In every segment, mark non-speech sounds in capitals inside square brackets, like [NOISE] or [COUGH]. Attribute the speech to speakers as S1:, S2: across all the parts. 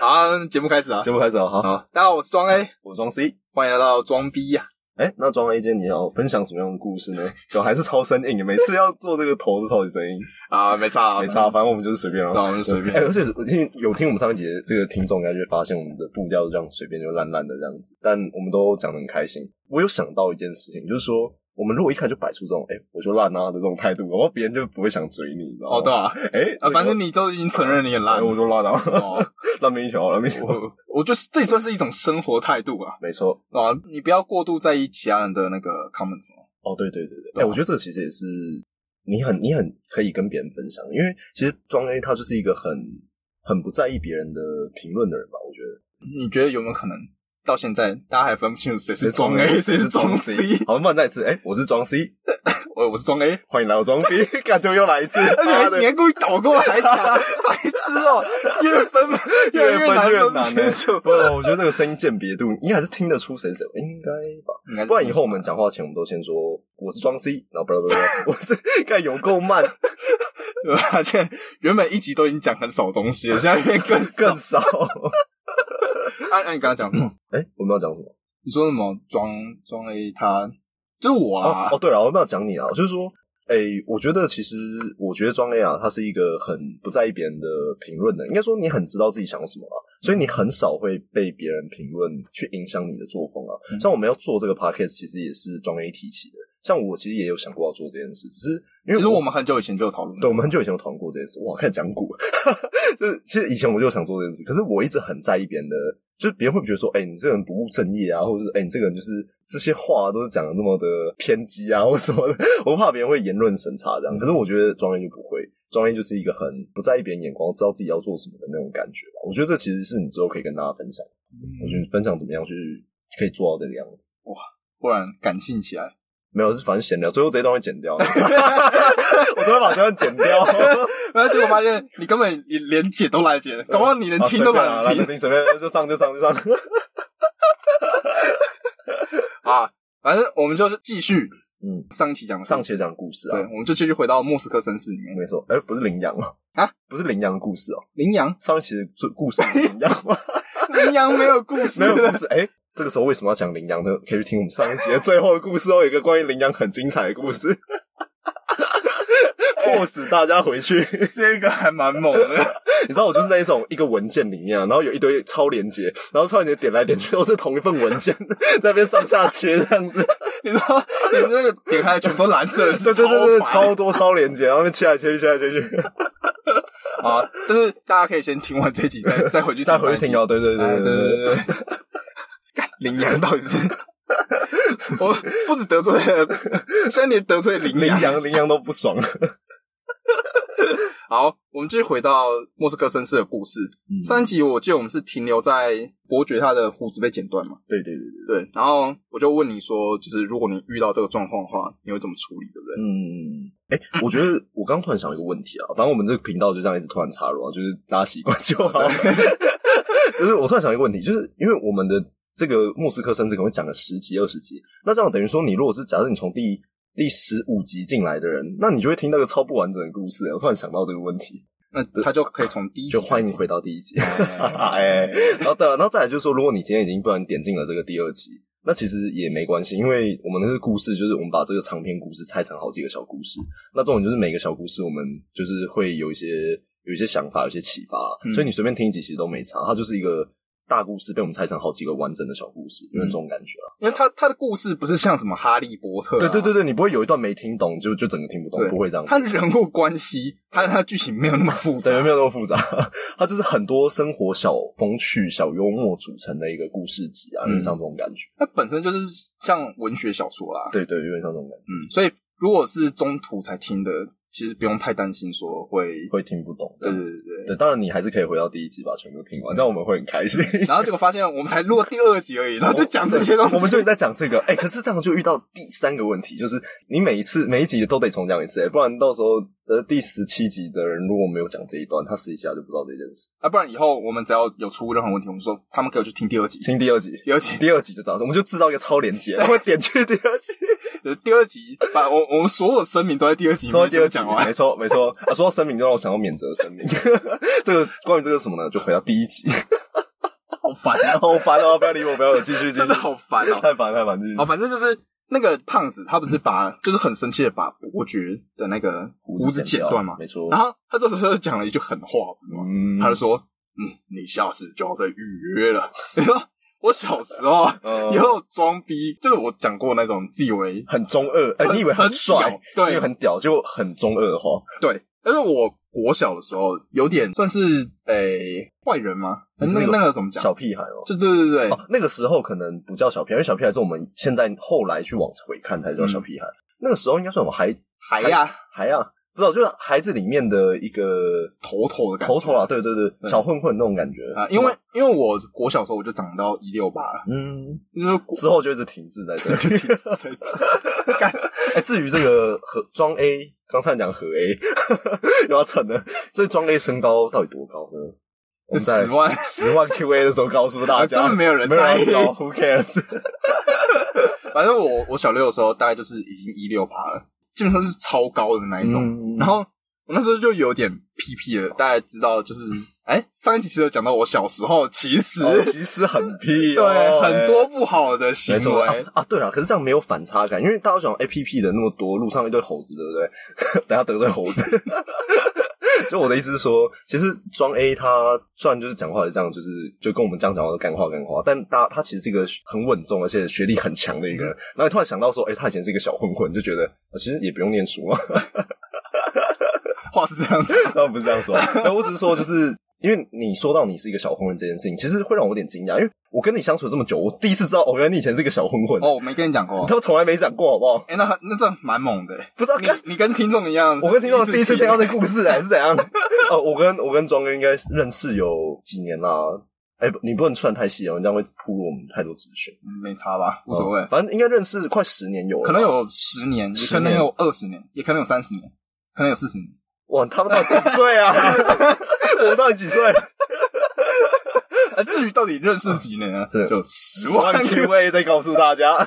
S1: 好啊，那节目开始啊！
S2: [LAUGHS] 节目开始了，好，
S1: 好，大家好，我是庄 A，
S2: 我装 C。
S1: 欢迎来到啊装逼呀、
S2: 哎，那装 A 间你要分享什么样的故事呢？就还是超生硬，每次要做这个头是超级生硬，
S1: 啊！没差、啊，
S2: 没差，反正我们就是随便
S1: 那
S2: 了。
S1: 我们就随
S2: 哎，
S1: 便。
S2: 而且我听有听我们上一节这个听众，应该就会发现我们的步调就这样随便就烂烂的这样子，但我们都讲的很开心。我有想到一件事情，就是说我们如果一开始就摆出这种哎我就烂啊的这种态度，然后别人就不会想追你，你知道吗？
S1: 哦，对啊，
S2: 哎，
S1: 啊，反正你都已经承认你很烂
S2: 烂， [LAUGHS] 我
S1: 了。
S2: 就烂啊，
S1: 哦，
S2: 烂命一条，烂命一条，
S1: 我我就是这也算是一种生活态度啊，
S2: 没错。
S1: 啊，你不要过度在意其他人的那个 comments 哦
S2: 哦，对对对对，哎、
S1: 对啊
S2: 我觉得这个其实也是你很你很可以跟别人分享，因为其实庄 A 他就是一个很很不在意别人的评论的人吧，我觉得。
S1: 你觉得有没有可能到现在大家还分不清楚谁是装 A，谁是装 C？
S2: 好，那再一次，哎、我是庄 C，
S1: 我我是装 A，
S2: 欢迎来到庄
S1: [LAUGHS]
S2: B，感觉又来一次，
S1: 而且
S2: 妈
S1: 还
S2: 的
S1: 你还故意倒过来讲，
S2: [LAUGHS]
S1: 白痴哦，越分
S2: 越
S1: 越
S2: 分
S1: 难
S2: 越
S1: 分不
S2: 难呢、
S1: 清楚。
S2: 不，我觉得这个声音鉴别度，应该还是听得出谁是谁，应该吧。
S1: 应该是
S2: [LAUGHS] 不然以后我们讲话前，我们都先说我是庄 C，然后不不不，我是 [LAUGHS] 看有够慢，
S1: 就 [LAUGHS] 发现原本一集都已经讲很少东西了，现在变更更。
S2: 更少。
S1: 按啊按你刚刚讲什
S2: [COUGHS]
S1: 么，
S2: 哎、我们要讲什么？
S1: 你说什么装装 A 他就是我啦
S2: 哦，哦，对了，我没有讲你啊，就是说，诶，我觉得其实我觉得庄 A 啊，他是一个很不在意别人的评论的，应该说你很知道自己想要什么啊，所以你很少会被别人评论去影响你的作风啊。
S1: 嗯
S2: 像我们要做这个 podcast，其实也是庄 A 提起的。像我其实也有想过要做这件事，只是因为
S1: 其实我们很久以前就有讨论，
S2: 对，我们很久以前有讨论过这件事。哇，开始讲古， [LAUGHS] 就是其实以前我就想做这件事，可是我一直很在意别人的，就是别人会不会觉得说，哎、你这个人不务正业啊，或者是哎、你这个人就是这些话都是讲的那么的偏激啊，或者什么的， [LAUGHS] 我怕别人会言论审查这样。可是我觉得庄严就不会，庄严就是一个很不在意别人眼光，知道自己要做什么的那种感觉吧。我觉得这其实是你之后可以跟大家分享，
S1: 嗯
S2: 我觉得分享怎么样去可以做到这个样子。
S1: 忽然感性起来。
S2: 没有，是反正闲聊，最后这一段会剪掉， [LAUGHS] 我都会把这段剪掉。
S1: 然后结果发现你根本你连解都来解，搞不好你连听都懒得
S2: 随
S1: 听
S2: 便啊随便随便就上就上
S1: [LAUGHS]
S2: 就上。
S1: 啊！反正我们就是继续
S2: 嗯，
S1: 上一期讲的
S2: 上期讲故事啊
S1: 对，，我们就继续回到莫斯科绅士里面。
S2: 没错，哎，不是羚羊哦，
S1: 啊，
S2: 不是羚羊的故事哦，
S1: 羚羊，
S2: 上一期的最故事是羚羊
S1: [LAUGHS]
S2: 吗？
S1: 羚羊没有故事
S2: 没有
S1: 的
S2: 故，事，哎，这个时候为什么要讲羚羊呢？可以去听我们上一集的最后的故事哦，有一个关于羚羊很精彩的
S1: [LAUGHS]
S2: 故事，迫使大家回去。 [LAUGHS]
S1: 这个还蛮猛的。
S2: 你知道我就是那一种一个文件里面啊，然后有一堆超连接，然后超连接点来点去都是同一份文件， [LAUGHS] 在那边上下切这
S1: [LAUGHS]
S2: 样子。
S1: [LAUGHS] 你知道，你那个点开全部都蓝色的字，
S2: 对对对对，
S1: 烦
S2: 超多超连接，然后那边切来切去，切来切去。
S1: 啊！但是大家可以先听完这集，再再回去
S2: 再回去
S1: 听
S2: 听哦，对对
S1: 上一集。
S2: 对对
S1: 对
S2: 对
S1: 对对对，干羚羊到底是？我不止得罪
S2: [LAUGHS]
S1: 了，现在连得罪羚
S2: 羚
S1: 羊。
S2: 羊羚羊都不爽，
S1: 好，我们继续回到莫斯科绅士的故事。
S2: 嗯
S1: 上一集我记得我们是停留在伯爵他的胡子被剪断嘛？
S2: [LAUGHS] 对对对对，
S1: 对。然后我就问你说，就是如果你遇到这个状况的话，你会怎么处理，对不对？
S2: 嗯，哎、我觉得我刚突然想一个问题啊，反正我们这个频道就这样一直突然插入啊，就是大家习惯就好。 [LAUGHS] 就是我突然想一个问题，就是因为我们的这个莫斯科甚至可能会讲个十集二十集，那这样等于说你如果是假设你从第第十五集进来的人，那你就会听到个超不完整的故事、我突然想到这个问题，
S1: 那他就可以从第一集
S2: 就欢迎
S1: 开始
S2: 回到第一集。
S1: 哎
S2: [LAUGHS] 哎，然后对了，然后再来就是说，如果你今天已经不然点进了这个第二集，那其实也没关系，因为我们那个故事就是我们把这个长篇故事拆成好几个小故事，那重点就是每个小故事我们就是会有一些有一些想法，有一些启发，
S1: 嗯
S2: 所以你随便听一集其实都没差，它就是一个大故事被我们拆成好几个完整的小故事，有
S1: 嗯
S2: 点这种感觉啊。
S1: 因为他他的故事不是像什么哈利波特、啊，
S2: 对对对对，你不会有一段没听懂就就整个听不懂，
S1: 对
S2: 不会这样。
S1: 他的人物关系，他他的剧情没有那么复杂
S2: 对，，没有那么复杂，它就是很多生活小风趣、小幽默组成的一个故事集啊，有点像这种感觉。
S1: 它本身就是像文学小说啦，
S2: 对对，有点像这种感觉，
S1: 嗯，所以如果是中途才听的，其实不用太担心说会，
S2: 会听不懂这
S1: 对
S2: 样
S1: 对
S2: 子。
S1: 对对。
S2: 对，当然你还是可以回到第一集把全部听完，这样我们会很开 [LAUGHS] 心。
S1: 然后结果发现我们才录了第二集而已，然后就讲这些东西，
S2: 我们就在讲这个，哎、可是这样就遇到第三个问题，就是你每一次每一集都得重讲一次、哎，不然到时候这是第十七集的人如果没有讲这一段，他私底下就不知道这件事。
S1: 啊，不然以后我们只要有出任何问题，我们说他们可以去听第二集，
S2: 听第二集，
S1: 第二集，
S2: 第二集就找，我们就制造一个超连接，然后点 [LAUGHS] 去第二集，
S1: 就是第二集，把我我们所有声明都在第二集里
S2: 都
S1: 面
S2: 在第二
S1: 全部
S2: 集
S1: 讲完
S2: 没。错没错。啊，说到声明，就让我想到免责声明。 [LAUGHS] 这个关于这个什么呢？就回到第一集，
S1: 好烦哦，
S2: 好烦哦！不要理我，不要理我继续，继续
S1: [LAUGHS] 真的好烦哦。
S2: 太烦太烦，继续
S1: 好，。反正就是那个胖子，他不是把
S2: 嗯
S1: 就是很生气的把伯爵的那个胡子剪
S2: 掉
S1: 断嘛，
S2: 没错。
S1: 然后他这时候就讲了一句狠话，不是吗
S2: 嗯
S1: 他就说：“嗯，你下次就要再预约了。” [LAUGHS] 你说我小时候啊
S2: 呃
S1: 以后装逼，就是我讲过那种自以为
S2: 很中二，呃，你以为
S1: 很
S2: 帅
S1: 屌，
S2: 因为
S1: 对
S2: 很屌，就很中二的哦话，
S1: 对，但是我国小的时候有点算是诶坏人吗？还
S2: 你
S1: 是
S2: 是
S1: 那个
S2: 那个
S1: 那个怎么讲？
S2: 小屁孩哦。
S1: 就对对对，
S2: 哦，那个时候可能不叫小屁孩，因为小屁孩是我们现在后来去往回看才
S1: 嗯
S2: 叫小屁孩。那个时候应该算我们还
S1: 孩呀
S2: 还啊，不知道就是孩子里面的一个
S1: 头头的感觉
S2: 头头啊，对对对，
S1: 嗯
S2: 小混混那种感觉
S1: 啊，
S2: 是
S1: 因
S2: 吗
S1: 为因为我国小的时候我就长到一六八了，
S2: 嗯，
S1: 就是国
S2: 之后就一直停滞在
S1: [LAUGHS]
S2: 这里，就停滞。
S1: 谁知干
S2: [LAUGHS] 哎，至于这个和装 A，刚才讲和 A [LAUGHS] 又要蹭了，所以装 A 身高到底多高呢？我们在
S1: 十万， [LAUGHS]
S2: 十万 QA 的时候告诉大家，
S1: 呃根本没有人
S2: 没有
S1: 在
S2: 人
S1: 意
S2: 知道，Who cares？
S1: 反正我我小六的时候大概就是已经一六八了，基本上是超高的那一种。
S2: 嗯
S1: 然后我那时候就有点屁屁的，大概知道就是，哎、上一集其实有讲到我小时候其实、
S2: 哦其实很屁、哦，
S1: 对
S2: 哎
S1: 很多不好的行
S2: 没错啊
S1: 为，
S2: 啊，对了，可是这样没有反差感，因为大家都讲 A P P 的那么多，路上一堆猴子，对不对？ [LAUGHS] 等下得罪猴子。就我的意思是说，其实装 A 他虽然就是讲话是这样，就是就跟我们这样讲话是干话干话，但大他其实是一个很稳重而且学历很强的一个人。然后你突然想到说，哎、他以前是一个小混混，就觉得、呃其实也不用念书嘛。
S1: [LAUGHS] 话是这样子。
S2: 当 [LAUGHS] 然不是这样说，但我只是说，就是因为你说到你是一个小混混这件事情，其实会让我有点惊讶，因为我跟你相处这么久，我第一次知道哦，原来你以前是一个小混混，
S1: 哦，我没跟你讲过
S2: 你。他们从来没讲过，好不好？
S1: 哎、那那这样蛮猛的、欸
S2: 不是啊干
S1: 你你跟听众一样，
S2: 我跟听众第一次听到这
S1: 个，
S2: 故事，哎，是
S1: [LAUGHS]
S2: 怎样？哦，我跟我跟庄哥应该认识有几年啦、哎、不你不能算太细哦，你这样会铺露我们太多资讯。
S1: 嗯没差吧，无所谓、
S2: 哦反正应该认识快十年有了吧，
S1: 可能有十年，也可
S2: 10
S1: 能
S2: 年
S1: 有二十年，也可能有三十年，可能有四十年。 [LAUGHS]
S2: 哇，他们到底几岁啊？我到底几岁？
S1: 啊，至于到底认识几年啊，
S2: 真的
S1: 就十
S2: 嗯十万
S1: 万 Q
S2: QA 再告诉大家， [LAUGHS]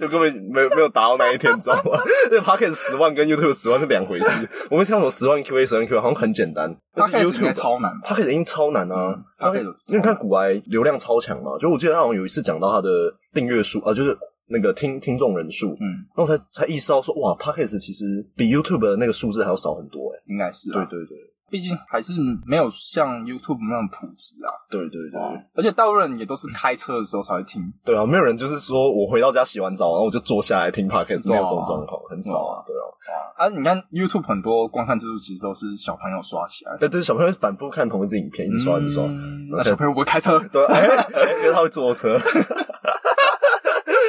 S2: 就根本没有没有达到那一天，知道吗？ [LAUGHS] 那 Pocket 十万跟 YouTube 十万是两回事。我们像什么十万 QA、十万 QA 好像很简单，但是
S1: Podcast 应
S2: YouTube
S1: 该超难吧
S2: Pocket 已经超难啊
S1: 嗯。
S2: 他
S1: Podcast 有
S2: 因为你看古埃流量超强嘛，就我记得他好像有一次讲到他的订阅数啊，就是那个听听众人数，
S1: 嗯，
S2: 然后才才意识到说，哇，Pocket 其实比 YouTube 的那个数字还要少很多哎、
S1: 应该是啊
S2: 对对对
S1: 毕竟还是没有像 YouTube 那么普及啊。
S2: 对对对。
S1: 而且大部分人也都是开车的时候才会听，
S2: 对啊，没有人就是说我回到家洗完澡，然后我就坐下来听 podcast，没有这种状况，很少啊。对啊，
S1: 啊，你看 YouTube 很多观看次数其实都是小朋友刷起来，
S2: 但就是小朋友会反复看同一支影片，一直刷一直刷。
S1: 嗯那小朋友不会开车，
S2: [LAUGHS] 对，哎、因为他会坐车。 [LAUGHS]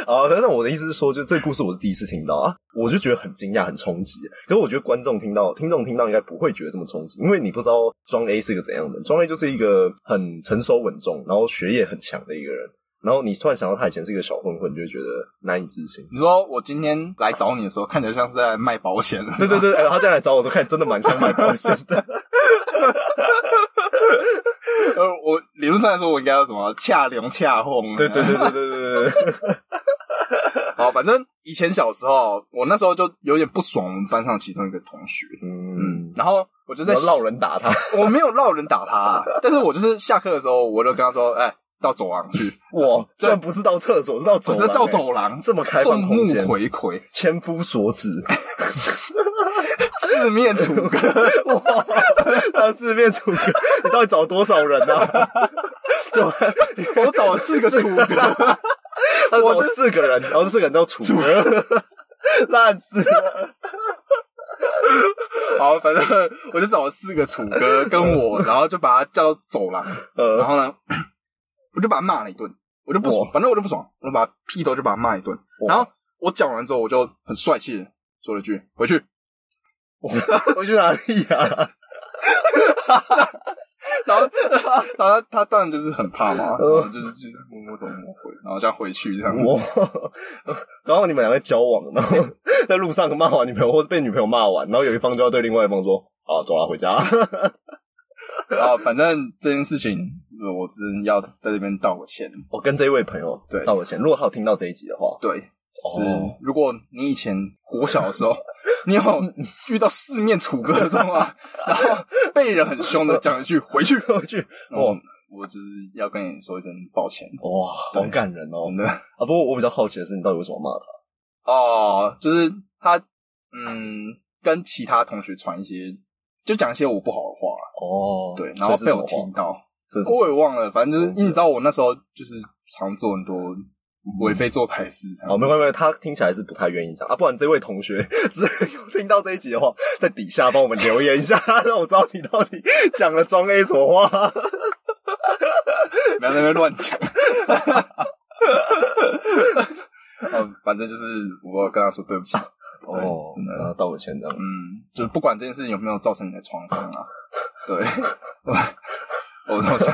S2: 啊，但是我的意思是说，就这个故事我是第一次听到啊，我就觉得很惊讶、很冲击。可是我觉得观众听到、听众听到应该不会觉得这么冲击，因为你不知道庄 A 是一个怎样的人。庄 A 就是一个很成熟稳重，然后学业很强的一个人。然后你突然想到他以前是一个小混混，你就会觉得难以置信。
S1: 你说我今天来找你的时候，看起来像是在卖保
S2: [LAUGHS]
S1: 险，
S2: 对对对，哎、他再来找我的时候，看真的蛮 [LAUGHS] 想买保险的。
S1: 呃，我理论上来说，我应该要什么恰龙恰哄，
S2: 对对对对对对对对，
S1: 好，反正以前小时候，我那时候就有点不爽我们班上其中一个同学，嗯
S2: 嗯，，
S1: 然后我就在
S2: 然后闹人打他，
S1: [LAUGHS] 我没有绕人打他、啊但是我就是下课的时候，我就跟他说：“哎、到走廊去。
S2: 哇，居然不是到厕所，是 [LAUGHS] 到走
S1: 我哦
S2: 廊、
S1: 是到
S2: 哎
S1: 走廊，
S2: 这么开
S1: 众
S2: 放
S1: 目
S2: 空间，
S1: 睽睽，
S2: 千夫所
S1: [LAUGHS]
S2: 指，
S1: 四面楚歌。
S2: 哇， [LAUGHS] 他四面楚歌，你到底找多少人
S1: [LAUGHS]
S2: 啊？就
S1: 我找了四个楚歌，
S2: 他找四个人，然后四个人都楚歌， [LAUGHS] 烂
S1: [LAUGHS]
S2: 死了，
S1: [LAUGHS] 好，反正我就找了四个楚歌跟我，然后就把他叫到走廊，然
S2: 呃，
S1: 后呢，我就把他骂了一顿，我就不爽，
S2: 哇
S1: 反正我就不爽，我就把他劈头就把他骂一顿。
S2: 哇
S1: 然后我讲完之后，我就很帅气地说了一句：“回 [LAUGHS] 去。
S2: 我去哪里啊呀？”
S1: 然后， [LAUGHS] 然后他他当然就是很怕嘛，然
S2: 呃
S1: 后就是就摸摸头摸回，然后这样回去这样子。 [LAUGHS]
S2: 我，然后你们两个交往，然后在路上骂完女朋友，或是被女朋友骂完，然后有一方就要对另外一方说：“啊，走了，
S1: [LAUGHS]
S2: 回家。
S1: 啊，反正这件事情，呃我真要在这边道个歉。”
S2: 我跟这位朋友
S1: 对
S2: 道个歉，如果他有听到这一集的话，
S1: 对，就是、
S2: 哦
S1: 如果你以前国小的时候，你有遇到四面楚歌的状况，然后被人很凶的讲一句“回
S2: [LAUGHS]
S1: 去”，
S2: 回去
S1: [LAUGHS] 我、我就是要跟你说一声抱歉，
S2: 哇，
S1: 对
S2: 好感人 [LAUGHS] 哦
S1: 真！的
S2: 啊，不过我比较好奇的是，你到底为什么骂他？
S1: 哦，就是他嗯，跟其他同学传一些，就讲一些我不好的话啦，
S2: 哦，
S1: 对，然后
S2: 所以是
S1: 被
S2: 什
S1: 我
S2: 么话
S1: 听，到，
S2: 所以是什么
S1: 我也忘了，反正就是
S2: 嗯
S1: 因为你知道我那时候就是常做很多为非作歹的事，这样
S2: 好，没关系，没关系他听起来是不太愿意讲啊。不然这位同学， [LAUGHS] 只有听到这一集的话，在底下帮我们留言一下，让我知道你到底讲了装 A 什么话。
S1: 不要在那边乱讲。呃，反正就是我跟他说 [LAUGHS] 对不起，
S2: 哦，
S1: 真的
S2: 然后道个歉这样子。
S1: 嗯，就是不管这件事情有没有造成你的创伤啊，对，我我好像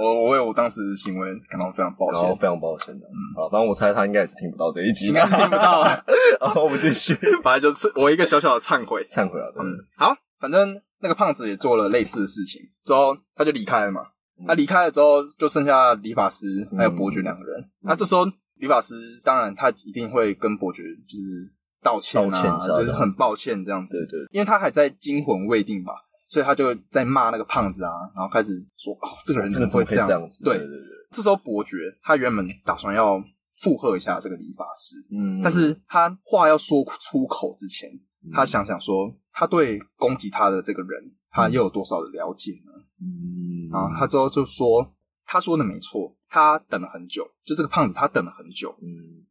S1: 我我为我当时的行为感到非常抱
S2: 然后
S1: 歉，嗯
S2: 非常抱歉的，好，反正我猜他应该也是听不到这一集，
S1: 应该听不
S2: [LAUGHS]
S1: 到啊，
S2: 然后我们继
S1: [LAUGHS]
S2: 续
S1: 反正就是我一个小小的忏悔。
S2: 忏悔啊了，对不对
S1: 嗯，好，反正那个胖子也做了类似的事情，之后他就离开了嘛。
S2: 嗯
S1: 他离开了之后，就剩下理发师还有伯爵两个人。
S2: 嗯
S1: 那这时候理发师当然他一定会跟伯爵就是道歉啊，
S2: 道歉一下
S1: 就是很抱歉这样子，
S2: 对对，
S1: 因为他还在惊魂未定嘛，所以他就在骂那个胖子啊，然后开始说哦，这个人怎
S2: 这个
S1: 么
S2: 怎么
S1: 会
S2: 可
S1: 这
S2: 以这
S1: 样
S2: 样子？
S1: 对
S2: 对，对，
S1: 这时候伯爵他原本打算要附和一下这个理发师，
S2: 嗯
S1: 但是他话要说出口之前，
S2: 嗯
S1: 他想想说，他对攻击他的这个人，他又有多少的了解呢？
S2: 嗯
S1: 然啊后他之后就说，他说的没错，他等了很久，就这个胖子他等了很久，
S2: 嗯，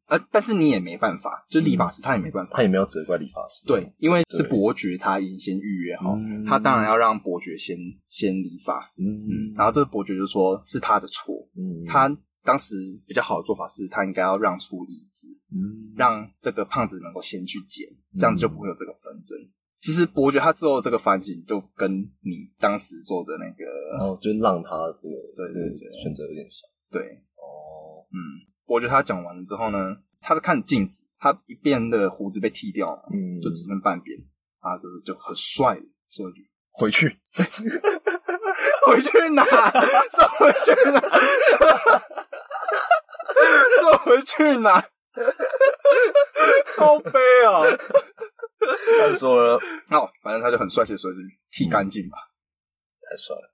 S1: 呃，但是你也没办法，就理发师他也没办法，
S2: 他也没有责怪理发师，
S1: 对，因为是
S2: 对
S1: 伯爵他已经先预约好，
S2: 嗯
S1: 他当然要让伯爵先先理发，
S2: 嗯，
S1: 然后这个伯爵就说是他的错，
S2: 嗯
S1: 他当时比较好的做法是他应该要让出椅子，
S2: 嗯
S1: 让这个胖子能够先去减，这样子就不会有这个纷争。其实伯爵他之后这个反省，就跟你当时做的那
S2: 然
S1: 个、
S2: 后就让他这个
S1: 对对对
S2: 选择有点少
S1: 对
S2: 哦，
S1: 伯爵他讲完了之后呢，他就看着镜子，他一边的胡子被剃掉了，
S2: 嗯，
S1: 就只剩半边，啊，这就很帅的说一句
S2: 回去，
S1: [LAUGHS] 回去拿，送回去拿，送回去拿，好悲啊！
S2: 他说了
S1: 那、哦、反正他就很帅气的说一句剃干净吧，
S2: 太帅了，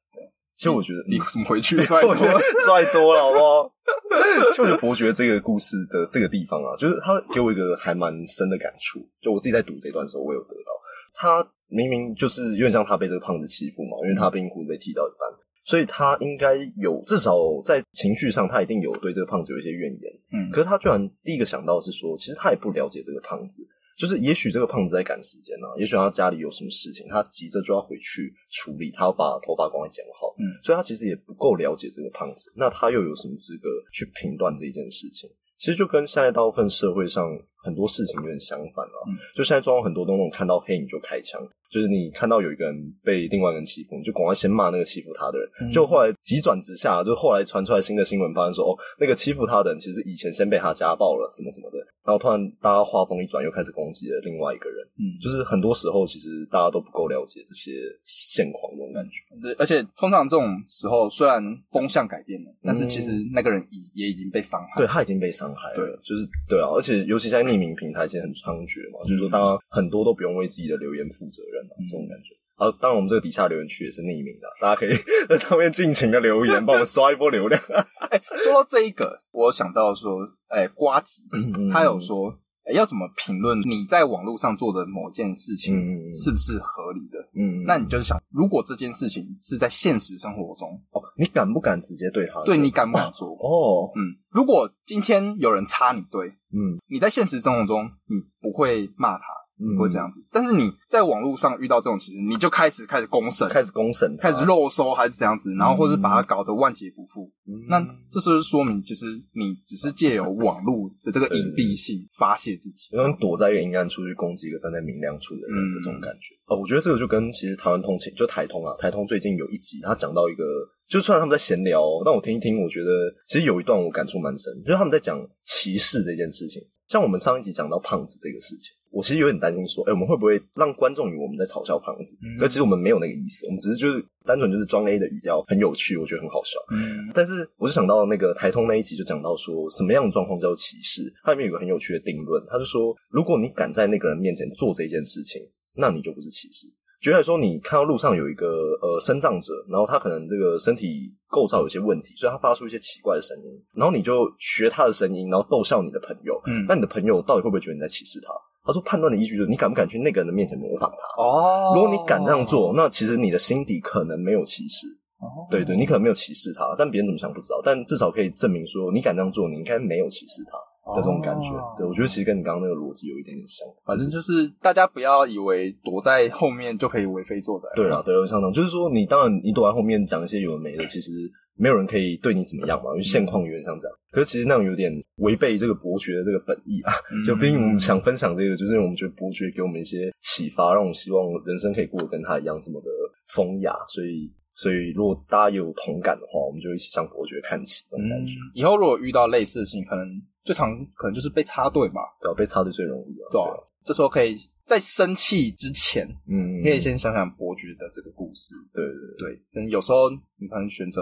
S2: 其实我觉得
S1: 你怎么回去
S2: 帅
S1: 帅多了？
S2: [LAUGHS] 帅多了，好不好？ [LAUGHS] 就我觉得伯爵这个故事的这个地方啊，就是他给我一个还蛮深的感触。就我自己在读这段的时候，我有得到他明明就是有点像他被这个胖子欺负嘛，因为他冰壶被剃到一半，所以他应该有至少在情绪上，他一定有对这个胖子有一些怨言。
S1: 嗯
S2: 可是他居然第一个想到的是说，其实他也不了解这个胖子，就是也许这个胖子在赶时间啊，也许他家里有什么事情，他急着就要回去处理，他要把头发赶快剪好，
S1: 嗯
S2: 所以他其实也不够了解这个胖子，那他又有什么资格去评断这一件事情？其实就跟现在大部分社会上很多事情有点相反啊，
S1: 嗯
S2: 就现在状况很多都那种看到黑你就开枪，就是你看到有一个人被另外一个人欺负，你就赶快先骂那个欺负他的人。
S1: 嗯
S2: 就后来急转直下，就后来传出来新的新闻，发现说哦，那个欺负他的人其实以前先被他家暴了，什么什么的。然后突然大家话锋一转，又开始攻击了另外一个人。
S1: 嗯，
S2: 就是很多时候，其实大家都不够了解这些现况，这种感觉。
S1: 对，而且通常这种时候，虽然风向改变了，但是其实那个人已也已经被伤害。
S2: 对，他已经被伤害了，
S1: 对，
S2: 就是对啊，而且尤其现在匿名平台其实很猖獗嘛，就是说大家很多都不用为自己的留言负责任了、
S1: 嗯
S2: 这种感觉。啊，当然我们这个底下留言区也是匿名的，啊大家可以 [LAUGHS] 在上面尽情的留言，帮我们刷一波流量。啊
S1: 哎、 [LAUGHS] 说到这一个，我想到说，哎、瓜吉 [LAUGHS]
S2: 嗯
S1: 他有说、哎要怎么评论你在网络上做的某件事情
S2: 嗯，嗯嗯
S1: 是不是合理的？
S2: 嗯，嗯
S1: 那你就是想，如果这件事情是在现实生活中，
S2: 哦，你敢不敢直接对他？
S1: 对你敢不敢做？
S2: 哦，
S1: 嗯，如果今天有人插你队，
S2: 嗯
S1: 你在现实生活中你不会骂他，
S2: 嗯，
S1: 不会这样子，但是你在网络上遇到这种情形，你就开始开始公审，
S2: 开始公审他，
S1: 开始肉搜还是怎样子，然后或是把它搞得万劫不复。
S2: 嗯
S1: 那这是不是说明，就是你只是借由网络的这个
S2: 对
S1: 隐蔽性发泄自己。
S2: 有人躲在一个阴暗处去攻击一个站在明亮处的人
S1: 嗯
S2: 的这种感觉。哦，我觉得这个就跟其实台湾通勤就台通啊，台通最近有一集他讲到一个就虽然他们在闲聊，哦但我听一听，我觉得其实有一段我感触蛮深，就是他们在讲歧视这件事情。像我们上一集讲到胖子这个事情，我其实有点担心说，哎、我们会不会让观众以为我们在嘲笑胖子？
S1: 嗯
S2: 可其实我们没有那个意思，我们只是就是单纯就是装 A 的语调很有趣，我觉得很好笑。
S1: 嗯
S2: 但是我就想到那个台通那一集就讲到说，什么样的状况叫歧视？它里面有个很有趣的定论，他就说，如果你敢在那个人面前做这件事情，那你就不是歧视。举例来说，你看到路上有一个呃身障者，然后他可能这个身体构造有些问题，所以他发出一些奇怪的声音，然后你就学他的声音，然后逗笑你的朋友。
S1: 嗯
S2: 那你的朋友到底会不会觉得你在歧视他？他说判断的依据就是你敢不敢去那个人的面前模仿他。
S1: 哦
S2: 如果你敢这样做，那其实你的心底可能没有歧视。
S1: 哦
S2: 对对，你可能没有歧视他，但别人怎么想不知道，但至少可以证明说你敢这样做，你应该没有歧视他的这种感觉。
S1: 哦
S2: 对我觉得其实跟你刚刚那个逻辑有一点点像，
S1: 反正
S2: 就是
S1: 就是大家不要以为躲在后面就可以为非作歹。
S2: 对啦，啊对，我想讲就是说你当然你躲在后面讲一些有的没的，其实没有人可以对你怎么样嘛，因为现况有点像这样。可是其实那样有点违背这个博学的这个本意啊。
S1: 嗯，
S2: 就毕竟我们想分享这个，就是我们觉得伯爵给我们一些启发，让我们希望人生可以过得跟他一样这么的风雅。所以，所以如果大家也有同感的话，我们就一起向伯爵看齐，这
S1: 嗯
S2: 种感觉，
S1: 以后如果遇到类似的事情，可能最常可能就是被插队吧，
S2: 对啊，被插队最容易啊，
S1: 对吧、这时候可以在生气之前，
S2: 嗯，
S1: 你可以先想想伯爵的这个故事。
S2: 对对对，
S1: 对，但有时候你可能选择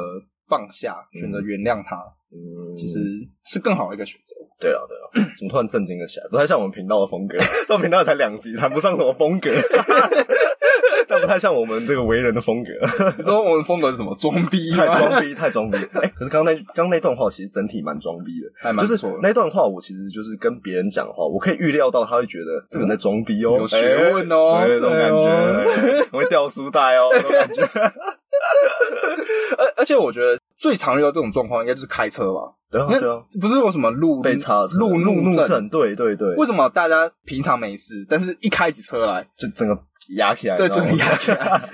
S1: 放下，
S2: 嗯
S1: 选择原谅他，
S2: 嗯，
S1: 其实是更好的一个选择。 [LAUGHS]
S2: 对啊对啊， [COUGHS] 怎么突然震惊了起来？不太像我们频道的风格， [LAUGHS] 这频道才两集，谈不上什么风格， [LAUGHS] 但不太像我们这个为人的
S1: [LAUGHS]
S2: 风格。
S1: 你说我们风格是什么？装逼吗
S2: 太
S1: [LAUGHS]
S2: 装逼，太装逼。哎、可是刚刚那刚刚那段话其实整体蛮装逼的，
S1: 还蛮不
S2: 就是
S1: 错的
S2: 那段话，我其实就是跟别人讲话，我可以预料到他会觉得这个人在装逼哦，
S1: 嗯有学问哦
S2: 哎对，这种感
S1: 哎
S2: 觉，哎我会掉书袋哦，这种感
S1: [LAUGHS]
S2: 觉。
S1: 而而且我觉得最常遇到这种状况，应该就是开车吧。
S2: 对啊，
S1: 因为
S2: 对啊，
S1: 不是有什么路
S2: 被插的车
S1: 路
S2: 路
S1: 怒
S2: 怒，症，对对对，
S1: 为什么大家平常没事，但是一开起车来，
S2: 就整个压起来，
S1: 对，
S2: 你知道
S1: 整
S2: 吗
S1: 个压起
S2: [LAUGHS]
S1: 来，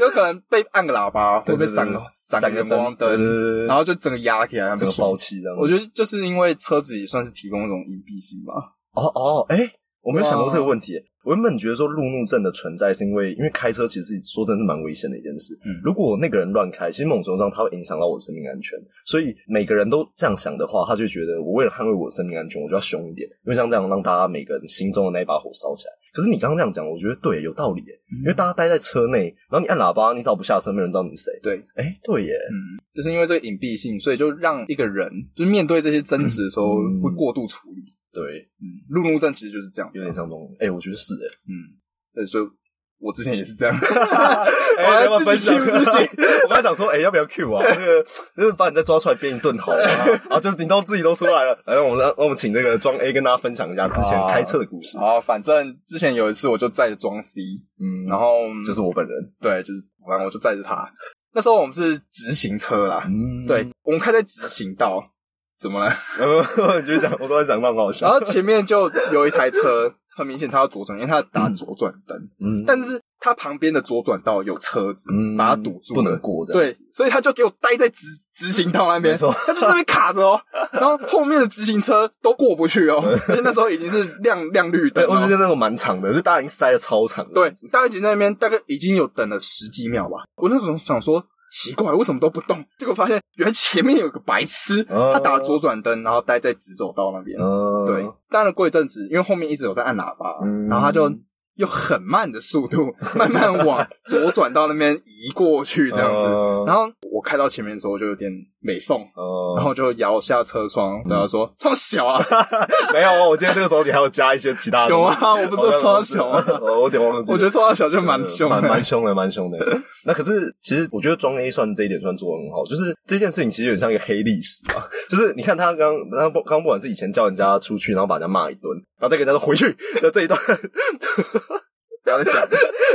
S1: 有可能被按个喇叭，或
S2: 哦对
S1: 者
S2: 对
S1: 被闪
S2: 对
S1: 个
S2: 对
S1: 闪
S2: 闪
S1: 个
S2: 个
S1: 远光
S2: 灯对对对
S1: 灯，
S2: 对
S1: 然后就整个压起来，很不
S2: 整个
S1: 爽
S2: 包。气这样？
S1: 我觉得就是因为车子也算是提供一种隐蔽性吧。
S2: 哦哦，哎、我没有想过
S1: 哇
S2: 这个问题耶。我原本觉得说路怒症的存在是因为，因为开车其实是说真的是蛮危险的一件事。
S1: 嗯
S2: 如果那个人乱开，其实某种程度上他会影响到我的生命安全。所以每个人都这样想的话，他就觉得我为了捍卫我的生命安全，我就要凶一点，因为像这样让大家每个人心中的那一把火烧起来。可是你刚刚这样讲，我觉得对，有道理耶。
S1: 嗯
S2: 因为大家待在车内，然后你按喇叭，你只要不下车，没有人知道你是谁。
S1: 对，
S2: 哎、对耶，
S1: 嗯就是因为这个隐蔽性，所以就让一个人就是面对这些争执的时候
S2: 嗯
S1: 会过度处理。
S2: 对，
S1: 嗯，路怒症其实就是这样，
S2: 有点像那种，哎、我觉得是哎。
S1: 嗯，对，所以我之前也是这样。 [LAUGHS]
S2: 哎、
S1: 我还
S2: 要不要分享？
S1: 自己 cue 自己
S2: [LAUGHS] 我刚才想说，哎、要不要 Q 啊？那个，就是把你再抓出来编一顿好了啊！啊，就是你都自己都出来了，来，让我们让我们请这个庄 A 跟大家分享一下之前
S1: 啊
S2: 开车的故事。
S1: 然后反正之前有一次我就载着装 C，
S2: 嗯，
S1: 然后
S2: 就是我本人，
S1: 对，就是反正我就载着他。那时候我们是直行车啦，
S2: 嗯，
S1: 对，我们开在直行道，怎么了？ [LAUGHS]
S2: 呃，就是 [LAUGHS] 讲，我突然想到很好
S1: 然
S2: 笑，
S1: 后前面就有一台车，很明显它要左转，因为它打左转灯，
S2: 嗯，
S1: 但是它旁边的左转道有车子
S2: 嗯
S1: 把它堵住了，
S2: 不能过的，
S1: 对，所以他就给我待在直直行道那边，
S2: 没错
S1: 他就这边卡着
S2: [LAUGHS]
S1: 哦，然后后面的直行车都过不去哦，而且那时候已经是亮亮绿灯
S2: 对，我觉
S1: 哦、
S2: 得那种蛮长的，就是大家已经塞的超长的，
S1: 对，大家已经在那边大概已经有等了十几秒吧，我那时候想说。奇怪，为什么都不动？结果发现原来前面有个白痴，
S2: 哦
S1: 他打了左转灯，然后待在直走道那边。
S2: 嗯，
S1: 对，当然过一阵子，因为后面一直有在按喇叭，
S2: 嗯
S1: 然后他就用很慢的速度慢慢往左转到那边移过去，这样子。
S2: 嗯
S1: 然后我开到前面的时候，我就有点美送。
S2: 哦，
S1: 然后就摇下车窗，然后说：“窗小啊，
S2: 嗯没有哦，我今天这个时候你还有加一些其他的，
S1: [LAUGHS] 有啊，我不是说窗小吗？
S2: 哦我有点忘记了，
S1: 我觉得窗小就蛮凶
S2: 呃蛮
S1: 的
S2: 蛮。凶的，蛮凶的。 [LAUGHS] 那可是，其实我觉得装 A 算这一点算做的很好，就是这件事情其实有点像一个黑历史啊。就是你看他刚刚不刚不管是以前叫人家出去，然后把人家骂一顿，然后再跟人家说回去 [LAUGHS] 的这一段，
S1: 不要再讲，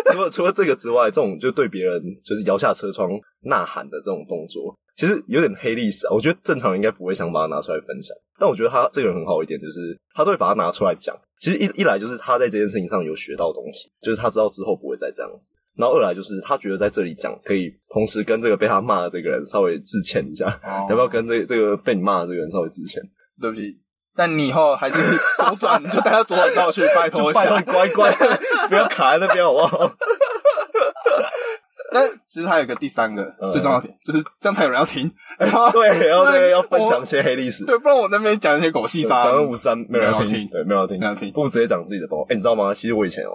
S2: [LAUGHS] 除了除了这个之外，这种就对别人就是摇下车窗呐喊的这种动作，其实有点黑历史啊。我觉得正常人应该不会想把它拿出来分享，但我觉得他这个人很好一点，就是他都会把它拿出来讲。其实一一来就是他在这件事情上有学到东西，就是他知道之后不会再这样子。然后二来就是他觉得在这里讲，可以同时跟这个被他骂的这个人稍微致歉一下，
S1: [LAUGHS] 哦
S2: 要不要跟这这个被你骂的这个人稍微致歉？
S1: 对不起。但你以后还是左转， [LAUGHS] 你就带他左转道去，拜托
S2: 就
S1: 一
S2: 拜托 [LAUGHS]
S1: 下
S2: 你。乖乖，不要卡在那边好不好？
S1: 但其实还有一个第三个
S2: 嗯
S1: 最重要的点，就是这样才有人要听。然后
S2: [LAUGHS] 对，然后对
S1: 对
S2: 要分享一些黑历史。
S1: 对，不然我那边讲一些狗屁
S2: 讲
S1: 啥，
S2: 到五十三，没有人要
S1: 没人要
S2: 听，
S1: 听
S2: 对，没有人要听，
S1: 没人要听啊
S2: 不如直接讲自己的包。哎，你知道吗？其实我以前哦，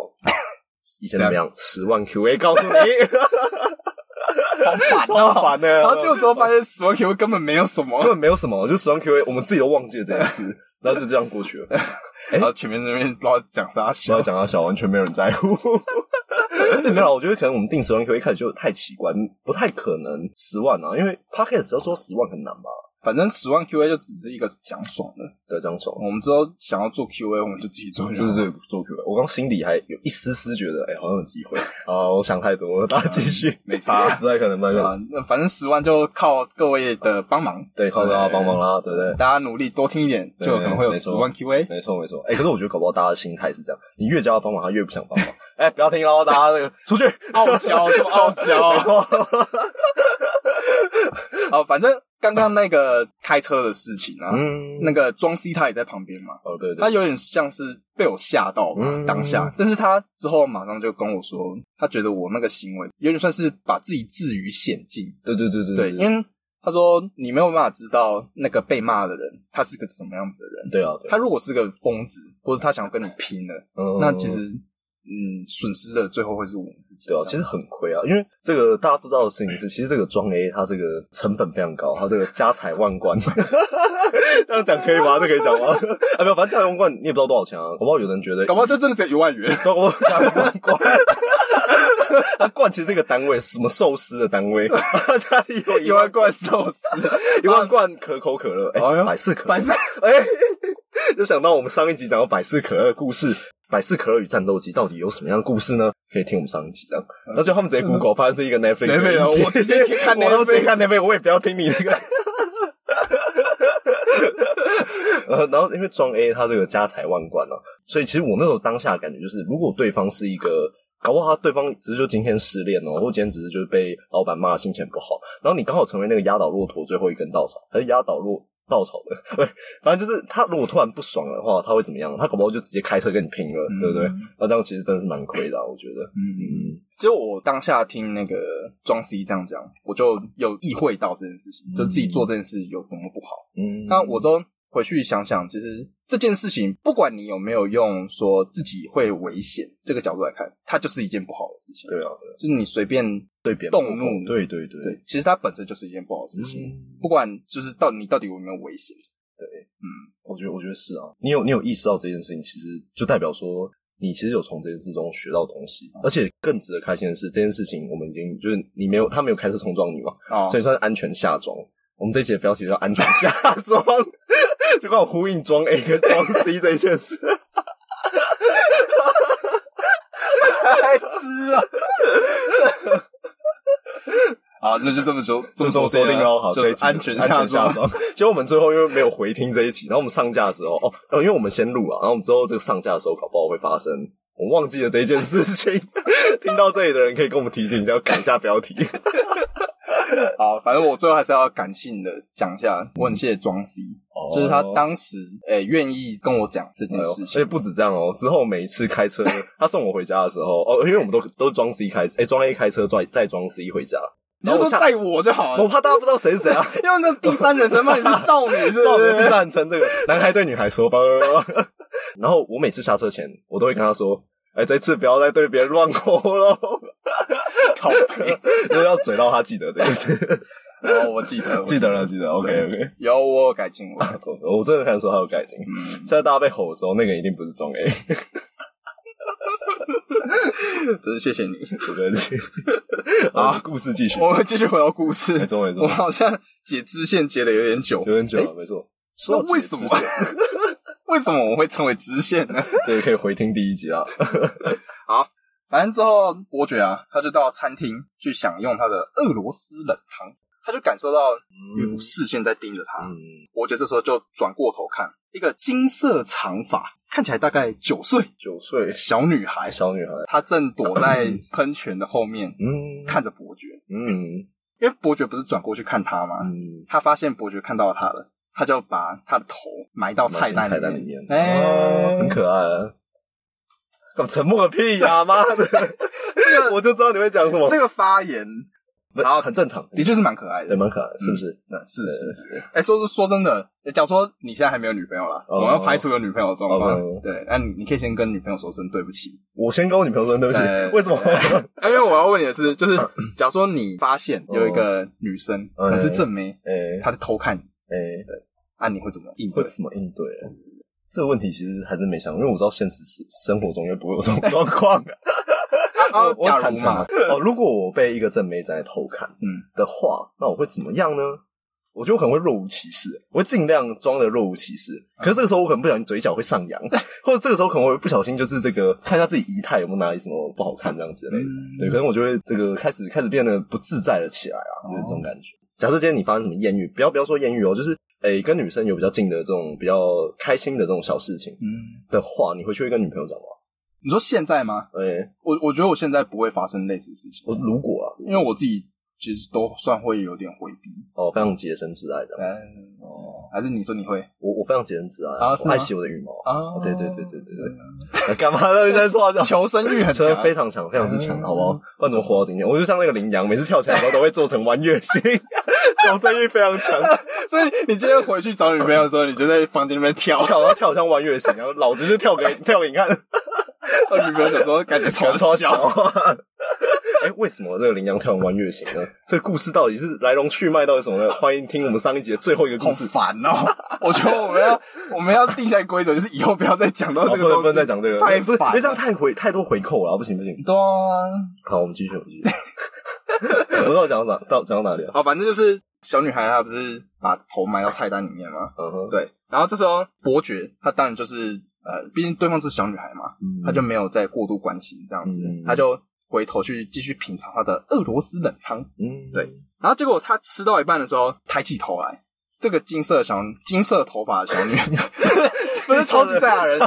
S2: [LAUGHS] 以前怎么
S1: 怎
S2: 样？十万 QA 告诉你，
S1: 好烦
S2: [LAUGHS] 超
S1: 哦。
S2: 烦的。
S1: 然后就之后发现死亡 Q 根本没有什么
S2: 根，本没有什么，就十万 QA，我们自己都忘记了这
S1: [LAUGHS]
S2: 件事，然后就这样过去了。哎
S1: 然后前面那边不知道讲啥
S2: 不要
S1: 小，
S2: 讲到小，完全没有人在乎。 [LAUGHS] 没有啦，啊我觉得可能我们定十万 Q 一开始就太奇怪，不太可能十万啊，因为 podcast 要做十万很难吧？
S1: 反正十万 QA 就只是一个讲爽的。
S2: 对，这样说，
S1: 我们之后想要做 QA，我们就自己做，
S2: 就是这做 Q。我刚心里还有一丝丝觉得，哎、好像有机会啊！我想太多了，大家继续，
S1: 嗯
S2: [LAUGHS]
S1: 没差
S2: 不太可能，不太可能。
S1: 啊，那反正十万就靠各位的帮忙，
S2: 对，靠大家帮忙啦，对不对？
S1: 大家努力多听一点，
S2: 对
S1: 就有可能会有
S2: 没
S1: 十
S2: 错
S1: 万 QA。
S2: 没错，没错。哎、可是我觉得搞不好大家的心态是这样，你越叫他帮忙，他越不想帮忙。哎、不要听喽，大家那个出去，
S1: [LAUGHS] 傲
S2: [LAUGHS]
S1: 娇这么傲
S2: 没
S1: [LAUGHS] 娇
S2: 错。
S1: 哦，反正刚刚那个开车的事情啊，
S2: 嗯，
S1: 那个庄 C 他也在旁边嘛，
S2: 哦，对对
S1: 他有点像是被我吓到吧、
S2: 嗯
S1: 当下，但是他之后马上就跟我说，他觉得我那个行为有点算是把自己置于险境，
S2: 对对对对
S1: 对，因为他说你没有办法知道那个被骂的人他是个什么样子的人，
S2: 对啊，对啊
S1: 他如果是个疯子，或者他想要跟你拼了，
S2: 嗯
S1: 那其实嗯，损失的最后会是我们自己，
S2: 对啊，其实很亏啊，因为这个大家不知道的事情
S1: 嗯
S2: 是，其实这个装 A 它这个成本非常高，它这个家财万贯， [LAUGHS] 这样讲可以吗？这可以讲吗？啊，没有，反正家财万贯你也不知道多少钱啊，搞不好有人觉得
S1: 搞不好就真的只有一万
S2: [LAUGHS]
S1: 元。
S2: 搞不好家财万贯。 [LAUGHS] 那贯其实这个单位，什么寿司的单
S1: [LAUGHS]
S2: 位， [LAUGHS] 家里有
S1: 一
S2: 一
S1: 万
S2: 万
S1: 罐寿司，
S2: 一万罐可口可乐，哎、
S1: 哎呦
S2: 百事可 [LAUGHS] 乐
S1: 百事
S2: 哎、就想到我们上一集讲到百事可乐的故事，百事可乐与战斗机到底有什么样的故事呢？可以听我们上一集这样。然后就他们直接 Google 发现是一个 Netflix，
S1: Netflix，
S2: 的影集
S1: 我直接去看
S2: [LAUGHS] 我都直接
S1: Netflix
S2: 看 Netflix，我也不要听你那个。 [LAUGHS] 呃，然后因为装 A 他这个家财万贯啊，所以其实我那时候当下的感觉就是，如果对方是一个，搞不好他对方只是就今天失恋哦，或今天只是就是被老板骂心情不好，然后你刚好成为那个压倒骆驼最后一根稻草，还是压倒骆稻草的， [LAUGHS] 对，反正就是他如果突然不爽的话，他会怎么样？他搞不好就直接开车跟你拼了，对不对？那这样其实真的是蛮亏的啊、我觉得。
S1: 嗯，
S2: [LAUGHS] 嗯，
S1: 其实我当下听那个庄 C 这样讲，我就有意会到这件事情，就自己做这件事有多么不好。
S2: 嗯
S1: 那我之后回去想想，其实这件事情，不管你有没有用说自己会危险这个角度来看，它就是一件不好的事情。
S2: 对啊，对啊，
S1: 就是你随便
S2: 对别人
S1: 动
S2: 不公
S1: 怒
S2: 对对对
S1: 对，其实它本身就是一件不好的事情。
S2: 嗯
S1: 不管就是到你到底有没有危险，
S2: 我觉得我觉得是啊，你有你有意识到这件事情，其实就代表说你其实有从这件事中学到东西，而且更值得开心的是，这件事情我们已经就是你没有他没有开车冲撞你嘛，
S1: 哦
S2: 所以算是安全下装。我们这一期的标题叫安全下装， [LAUGHS] 就刚好呼应装 A 跟装 C 这一件事。
S1: 白痴啊！好，那就这么说，这么
S2: 这么说定喽，好，
S1: 就
S2: 这一
S1: 是
S2: 期
S1: 安全
S2: 安
S1: 下
S2: 全下
S1: 装。
S2: 装。结果我们最后因为没有回听这一期，然后我们上架的时候，哦，呃因为我们先录啊，然后我们之后这个上架的时候，搞不好会发生。我们忘记了这一件事 [LAUGHS] 情，听到这里的人可以跟我们提醒一下，要改一下标 [LAUGHS] 题。
S1: [LAUGHS] 好，反正我最后还是要感性的讲一下，我很谢谢庄 C，
S2: 哦
S1: 就是他当时诶愿意跟我讲这件
S2: 哎呦
S1: 事
S2: 而
S1: 情
S2: 且。不止这样哦，之后每一次开车，他送我回家的时候，哦，因为我们都都是装 C 开，哎、装 A 开车，再再装 C 回家。
S1: 你
S2: 然
S1: 就
S2: 后
S1: 说
S2: 我下，
S1: 载我就好
S2: 我
S1: 了，
S2: 怕大家不知道谁是谁啊。
S1: 因为那第三人称嘛，你是 [LAUGHS] 少女，是
S2: [LAUGHS] 少
S1: 不
S2: 年第
S1: 是？
S2: 三人称这个男孩对女孩说吧。 [LAUGHS] 然后我每次下车前，我都会跟他说：“哎、这次不要再对别人乱吼喽，
S1: 靠背，
S2: [LAUGHS] 就是要嘴到他记得这件事。
S1: 哦，我记得，我
S2: 记得 [LAUGHS] 了，记得了。OK
S1: 对
S2: OK，
S1: 有我有改进，我嗯有改进
S2: 我真的看得出他有改进。现在大家被吼的时候，那个人一定不是中 A， [LAUGHS]
S1: 真是谢谢你。 [LAUGHS]
S2: 对不对？哦
S1: 好
S2: [LAUGHS] 好，故事继续。
S1: 我们继续回到故
S2: 没
S1: 事， [LAUGHS]
S2: 错没
S1: 我
S2: 错
S1: 们，好像解支线解的有点久，
S2: 有点久了，没错。
S1: 那为什么 [LAUGHS]
S2: 说到这个之前？
S1: 为什么我们会称为支线呢？
S2: 这个可以回听第一集啦。
S1: 反正之后，伯爵啊，他就到餐厅去享用他的俄罗斯冷汤，他就感受到有视线在盯着他。
S2: 嗯，
S1: 伯爵这时候就转过头看，一个金色长发，看起来大概九岁
S2: 九岁
S1: 小女孩，
S2: 小女孩，
S1: 她正躲在喷泉的后面
S2: 嗯，
S1: 看着伯爵，
S2: 嗯
S1: 因为伯爵不是转过去看她吗？
S2: 嗯，
S1: 他发现伯爵看到他了，他就把他的头埋到菜单
S2: 菜单里面哦
S1: 面，哎、
S2: 哦很可爱啊。干嘛沉默个
S1: [LAUGHS]
S2: 屁呀、妈的！这个我就知道你会讲什么，
S1: 这个发言
S2: 不
S1: 好
S2: 很正常，
S1: 的确是蛮可爱的
S2: 对，，蛮可爱的，是不是？
S1: 嗯是是。哎，说是说真的，假如说你现在还没有女朋友啦，
S2: 哦
S1: 我们要排除有女朋友的状况
S2: 哦，
S1: 对，那你你可以先跟女朋友说声对不起，
S2: 我先跟我女朋友说对不起
S1: 对，
S2: 为什么？哎
S1: 因为我要问你的是，
S2: [CLEARS THROAT]
S1: 就是假如说你发现有一个女生
S2: 嗯
S1: 可能是正妹，
S2: 哎
S1: 她在偷看你，
S2: 哎，
S1: 啊，你会怎么应
S2: 会
S1: 对？
S2: 怎么应对？这个问题其实还是没想，因为我知道现实是生活中应该不会有这种状况啊。
S1: 啊
S2: 我，我
S1: 假
S2: 坦
S1: 如
S2: 诚
S1: 嘛
S2: 啊，哦，如果我被一个正妹在偷看，
S1: 嗯
S2: 嗯的话，那我会怎么样呢？我觉得我可能会若无其事，我会尽量装的若无其事。
S1: 嗯
S2: 可是这个时候，我可能不小心嘴角会上
S1: [LAUGHS]
S2: 扬，或者这个时候可能我会不小心就是这个看一下自己仪态有没有哪里什么不好看这样之类的。
S1: 嗯
S2: 对，可能我就会这个开始开始变得不自在了起来啊，有点
S1: 哦
S2: 这种感觉。假设今天你发生什么艳遇，不要不要说艳遇哦，就是诶、跟女生有比较近的这种比较开心的这种小事情
S1: 嗯，
S2: 的话，你回去会跟女朋友讲吗？
S1: 你说现在吗？
S2: 诶、
S1: 我我觉得我现在不会发生类似的事情，
S2: 我如果啊，
S1: 因为我自己其实都算会有点回避。
S2: 哦，非常洁身自爱这样子。
S1: 嗯，哦，还是你说你会
S2: 我我非常洁身自爱，
S1: 啊是
S2: 我
S1: 吗
S2: 爱惜我的羽毛。 [LAUGHS]
S1: 啊
S2: 哦对对对对对对，干嘛呢？你在说好像
S1: 求生欲很
S2: 真
S1: 强，
S2: 的非常强，非常之
S1: 嗯
S2: 强，好不好？不然怎么活到今天？我就像那个羚羊，每次跳起来的时候都会做成弯月形， [LAUGHS] 求生欲非常强，
S1: [LAUGHS] 所以你今天回去找女朋友的时候，你就在房间里面 [LAUGHS] 跳，
S2: 跳然后跳得像弯月形，然后老子就跳给跳给你看，
S1: 然后女朋友想说感觉超
S2: 超
S1: 小，
S2: 小。 [LAUGHS] 哎，为什么这个羚羊跳成弯月形呢？这个故事到底是来龙去脉到底是什么呢？欢迎听我们上一集的最后一个
S1: 好
S2: 故事。
S1: 烦哦！ [LAUGHS] 我觉得我们要我们要定下规则，就是以后不要再讲到
S2: 哦
S1: 这
S2: 不
S1: 个
S2: 能
S1: 东
S2: 不能
S1: 西，
S2: 再讲这个，哎
S1: 太
S2: 不是，因
S1: 烦
S2: 为这样
S1: 了。
S2: 太回太多回扣了，不行不行。
S1: 对啊，
S2: 好，我们继续，我们继续。 [LAUGHS] 我到底讲到哪？到讲到哪里了？
S1: 好，反正就是小女孩她不是把头埋到菜单里面吗？
S2: 嗯哼，
S1: 对，然后这时候伯爵他当然就是呃，毕竟对方是小女孩嘛，
S2: 嗯
S1: 他就没有再过度关心这样子，
S2: 嗯
S1: 他就回头去继续品尝他的俄罗斯冷汤。
S2: 嗯
S1: 对，然后结果他吃到一半的时候，抬起头来，这个金色小金色头发的小女孩，不是超级赛亚人，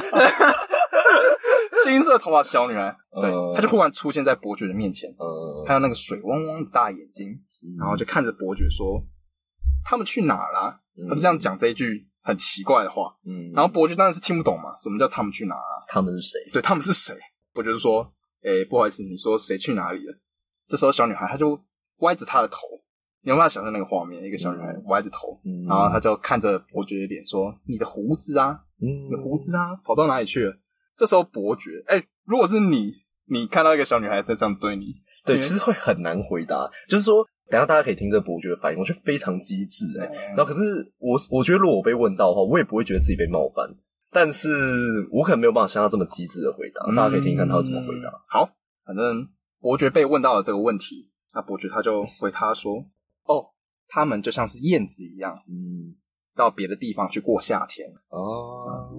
S1: 金色头发小女孩，对
S2: 嗯，
S1: 她就忽然出现在伯爵的面前，
S2: 呃，
S1: 还有那个水汪汪的大眼睛，
S2: 嗯
S1: 然后就看着伯爵说：“他们去哪儿啦、
S2: 嗯
S1: 他就这样讲这一句很奇怪的话，
S2: 嗯
S1: 然后伯爵当然是听不懂嘛，什么叫他们去哪儿啊？
S2: 他们是谁？
S1: 对他们是谁？伯爵就说：“诶、不好意思，你说谁去哪里了？”这时候小女孩她就歪着她的头，你有没有想象那个画面？一个小女孩歪着头，
S2: 嗯
S1: 然后她就看着伯爵的脸说：“你的胡子啊，
S2: 嗯
S1: 你的胡子啊，跑到哪里去了？”这时候伯爵，哎、如果是你，你看到一个小女孩在这样对你，
S2: 对，
S1: 你
S2: 其实会很难回答。就是说，等一下大家可以听这伯爵的反应，我觉得非常机智哎、然后可是我我觉得如果我被问到的话，我也不会觉得自己被冒犯，但是我可能没有办法像他这么机智的回答。大家可以听听看他会怎么回答。
S1: 呃嗯好，反正伯爵被问到了这个问题，那伯爵他就回他说：“哦，他们就像是燕子一样，
S2: 嗯，
S1: 到别的地方去过夏天。
S2: 哦，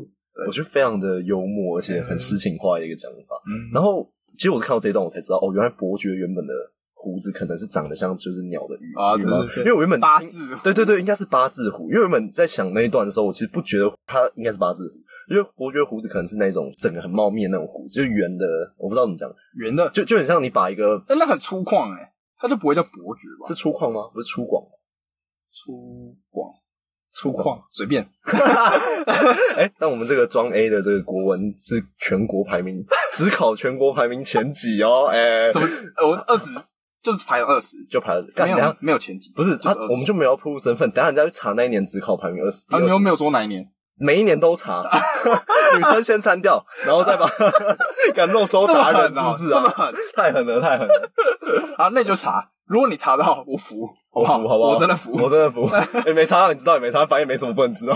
S2: 我觉得非常的幽默，而且很诗情画意的一个讲法。
S1: 嗯
S2: 然后其实我是看到这一段我才知道，哦，原来伯爵原本的胡子可能是长得像就是鸟的羽
S1: 啊
S2: 羽毛
S1: 对对对
S2: 因为我原本
S1: 八
S2: 听
S1: 字胡
S2: 对对对，应该是八字胡。因为原本在想那一段的时候，我其实不觉得他应该是八字胡，因为伯爵胡子可能是那种整个很茂密的那种胡子，就是圆的，我不知道怎么讲，
S1: 圆的，
S2: 就就很像你把一个
S1: 但那很粗犷哎、他就不会叫伯爵吧？
S2: 是粗犷吗？不是粗犷吗，
S1: 粗犷，粗犷，随便。
S2: 哎、但我们这个装 A 的这个国文是全国排名，只考全国排名前几哦，哎、
S1: 什么？呃我二十就是排二十，
S2: 就排了，干
S1: 没
S2: 等一
S1: 有
S2: 下
S1: 没有前几，
S2: 不是
S1: 就
S2: 他
S1: 是，20
S2: 我们就没有要铺身份，等一下人家去查那一年只考排名二十，
S1: 啊，你又没有说哪一年，
S2: 每一年
S1: [LAUGHS]
S2: 都查，女生先删掉，然后再把敢肉搜
S1: 这么
S2: 达人
S1: 狠
S2: 是
S1: 哦，
S2: 不是
S1: 这么
S2: 啊？
S1: 狠
S2: 太狠了，太狠了！
S1: 啊！那你就查，如果你查到， [LAUGHS] 我服，好不
S2: 我服，
S1: 好？
S2: 好不好？
S1: 我真的服，
S2: 我真
S1: [LAUGHS]
S2: 的服。也没查到，你知道也没查到，反正也没什么不能知道。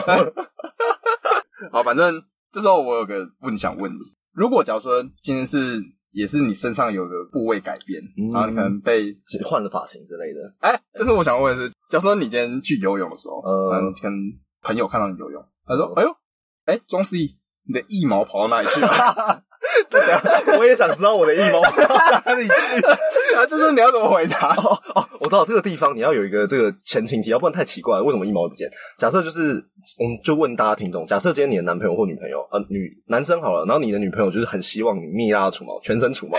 S1: 好，反正这时候我有个问题想问你：如果假如说今天是也是你身上有个部位改变，
S2: 嗯
S1: 然后你可能被
S2: 换了发型之类的， [LAUGHS]
S1: 哎，但是我想问的是，假如说你今天去游泳的时候，
S2: 呃
S1: 嗯，可能朋友看到你游泳，他说：“哎呦，哎，庄思怡，你的腋毛跑到哪里
S2: [LAUGHS]
S1: 去了？”啊
S2: 我也想知道我的 E 腋毛 [LAUGHS] 跑哪里去。
S1: 啊，这时候你要怎么回答？
S2: 哦哦，我知道这个地方你要有一个这个前情提，要不然太奇怪了。为什么 E 一毛会不见？假设就是，我们就问大家听众，假设今天你的男朋友或女朋友，呃，女男生好了，然后你的女朋友就是很希望你蜜蜡除毛，全身除毛，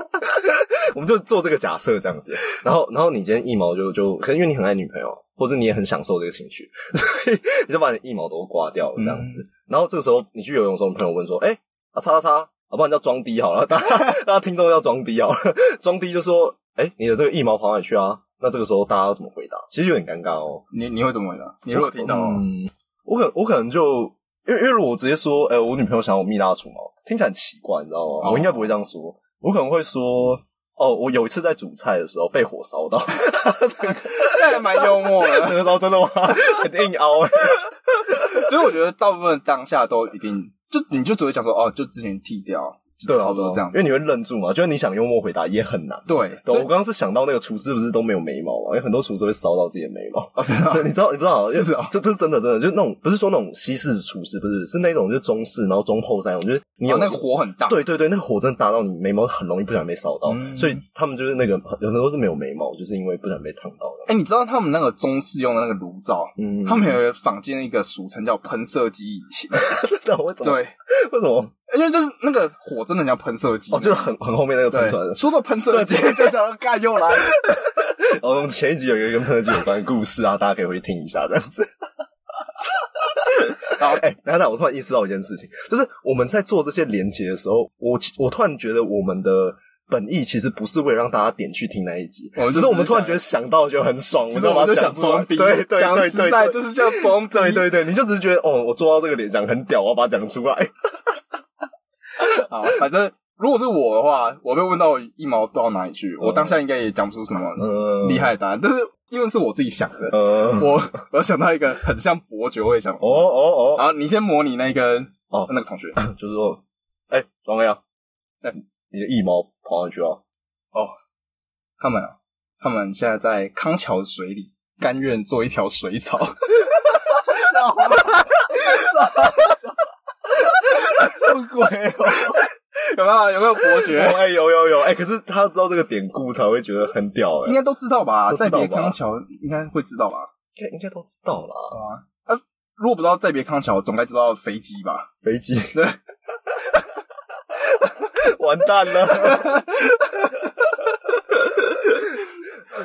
S2: [LAUGHS] 我们就做这个假设这样子。然后，然后你今天一毛就就，可能因为你很爱女朋友，或者你也很享受这个情趣， [LAUGHS] 所以你就把你一毛都刮掉了这样子。然后这个时候你去游泳的时候，你朋友问说：“哎、啊叉叉叉啊，不然叫装低好了， [LAUGHS] 大家大家听众要装低好了，装低就说，哎、你的这个腋毛跑哪里去啊？那这个时候大家要怎么回答？其实有点尴尬哦。
S1: 你你会怎么回答？你如果听到，
S2: 嗯，我可我可能就因为因为如果我直接说，哎、我女朋友想要我蜜蜡除毛，听起来很奇怪，你知道吗？
S1: 哦
S2: 我应该不会这样说，我可能会说，哦，我有一次在煮菜的时候被火烧到， [LAUGHS]
S1: 那还蛮幽默的。 [LAUGHS]
S2: 那个时候真的吗？ [LAUGHS] 很硬凹、欸，
S1: 所以我觉得大部分当下都一定就你就只会想说哦，就之前剃掉，就
S2: 啊
S1: 差不多啊这样
S2: 因。为你会愣住嘛，就是你想幽默回答也很难。
S1: 对，
S2: 对，啊
S1: 所
S2: 我
S1: 以
S2: 刚刚是想到那个厨师不是都没有眉毛嘛，因为很多厨师会烧到自己的眉毛。
S1: 哦，真的
S2: 对，你知道，你知道，啊
S1: 是哦
S2: 这这是真的，真的，就是那种不是说那种西式厨师，不是是那种就是中式，然后中后三种，就是你有、
S1: 哦那个火很大，
S2: 对对对，那个火真的打到你眉毛，很容易不小心被烧到，
S1: 嗯
S2: 所以他们就是那个有很多是没有眉毛，就是因为不小心被烫到的。
S1: 哎、你知道他们那个中式用的那个炉灶，
S2: 嗯， [LAUGHS]
S1: 他们有仿建一个俗称叫喷射机引擎。
S2: 真的为什么？，
S1: 对，
S2: 为什么？
S1: 因为就是那个火真的叫喷射机。
S2: 哦，就是很很后面那个喷出来
S1: 对，
S2: 的。
S1: 说到喷射机，
S2: 就想要干又来。
S1: [LAUGHS]
S2: 哦，我们前一集有一个跟喷射机有关的故事啊，大家可以回去听一下这样
S1: [LAUGHS]
S2: 子。
S1: 然后
S2: 哎、等一下等一下，我突然意识到一件事情，就是我们在做这些连接的时候，我其我突然觉得我们的本意其实不是为了让大家点去听那一集，
S1: 我们就
S2: 只是我们
S1: 只是
S2: 突然
S1: 想
S2: 觉得想到就很爽，
S1: 其实
S2: 就
S1: 我
S2: 把
S1: 们
S2: 它
S1: 就
S2: 讲
S1: 想
S2: 出来
S1: 装逼，
S2: 对对
S1: 讲
S2: 对
S1: 实
S2: 对
S1: 在
S2: 对，
S1: 就是叫装逼。
S2: [LAUGHS] 对对对，你就只是觉得哦，我做到这个联想很屌，我要把它讲出 [LAUGHS] 来。
S1: 好，反正如果是我的话，我被问到一毛到哪里去，我当下应该也讲不出什么
S2: 嗯
S1: 厉害的答案，但是因为是我自己想的，
S2: 呃，哦
S1: 我我想到一个很像伯爵会想，
S2: 哦哦，
S1: 好，你先模拟那个
S2: 哦
S1: 那个同学，
S2: 就是说，哎、庄威啊，
S1: 哎
S2: 你的腋毛跑 [LAUGHS] 上去啊哦了、
S1: 他们啊他们现在在康桥水里，甘愿做一条水草。
S2: 哦鬼哦！
S1: 有没有？有没有伯
S2: [LAUGHS]
S1: 爵？
S2: 哎，有有有，哎、可是他知道这个典故才会觉得很屌、哎
S1: 应该都知道吧？
S2: 都知
S1: 再
S2: 道吧
S1: 别康桥应该会知道吧？
S2: 应该应该都知道啦。
S1: 啊，如果不知道再别康桥，总该知道飞机吧？
S2: 飞机， [LAUGHS] 完蛋 [LAUGHS] 了！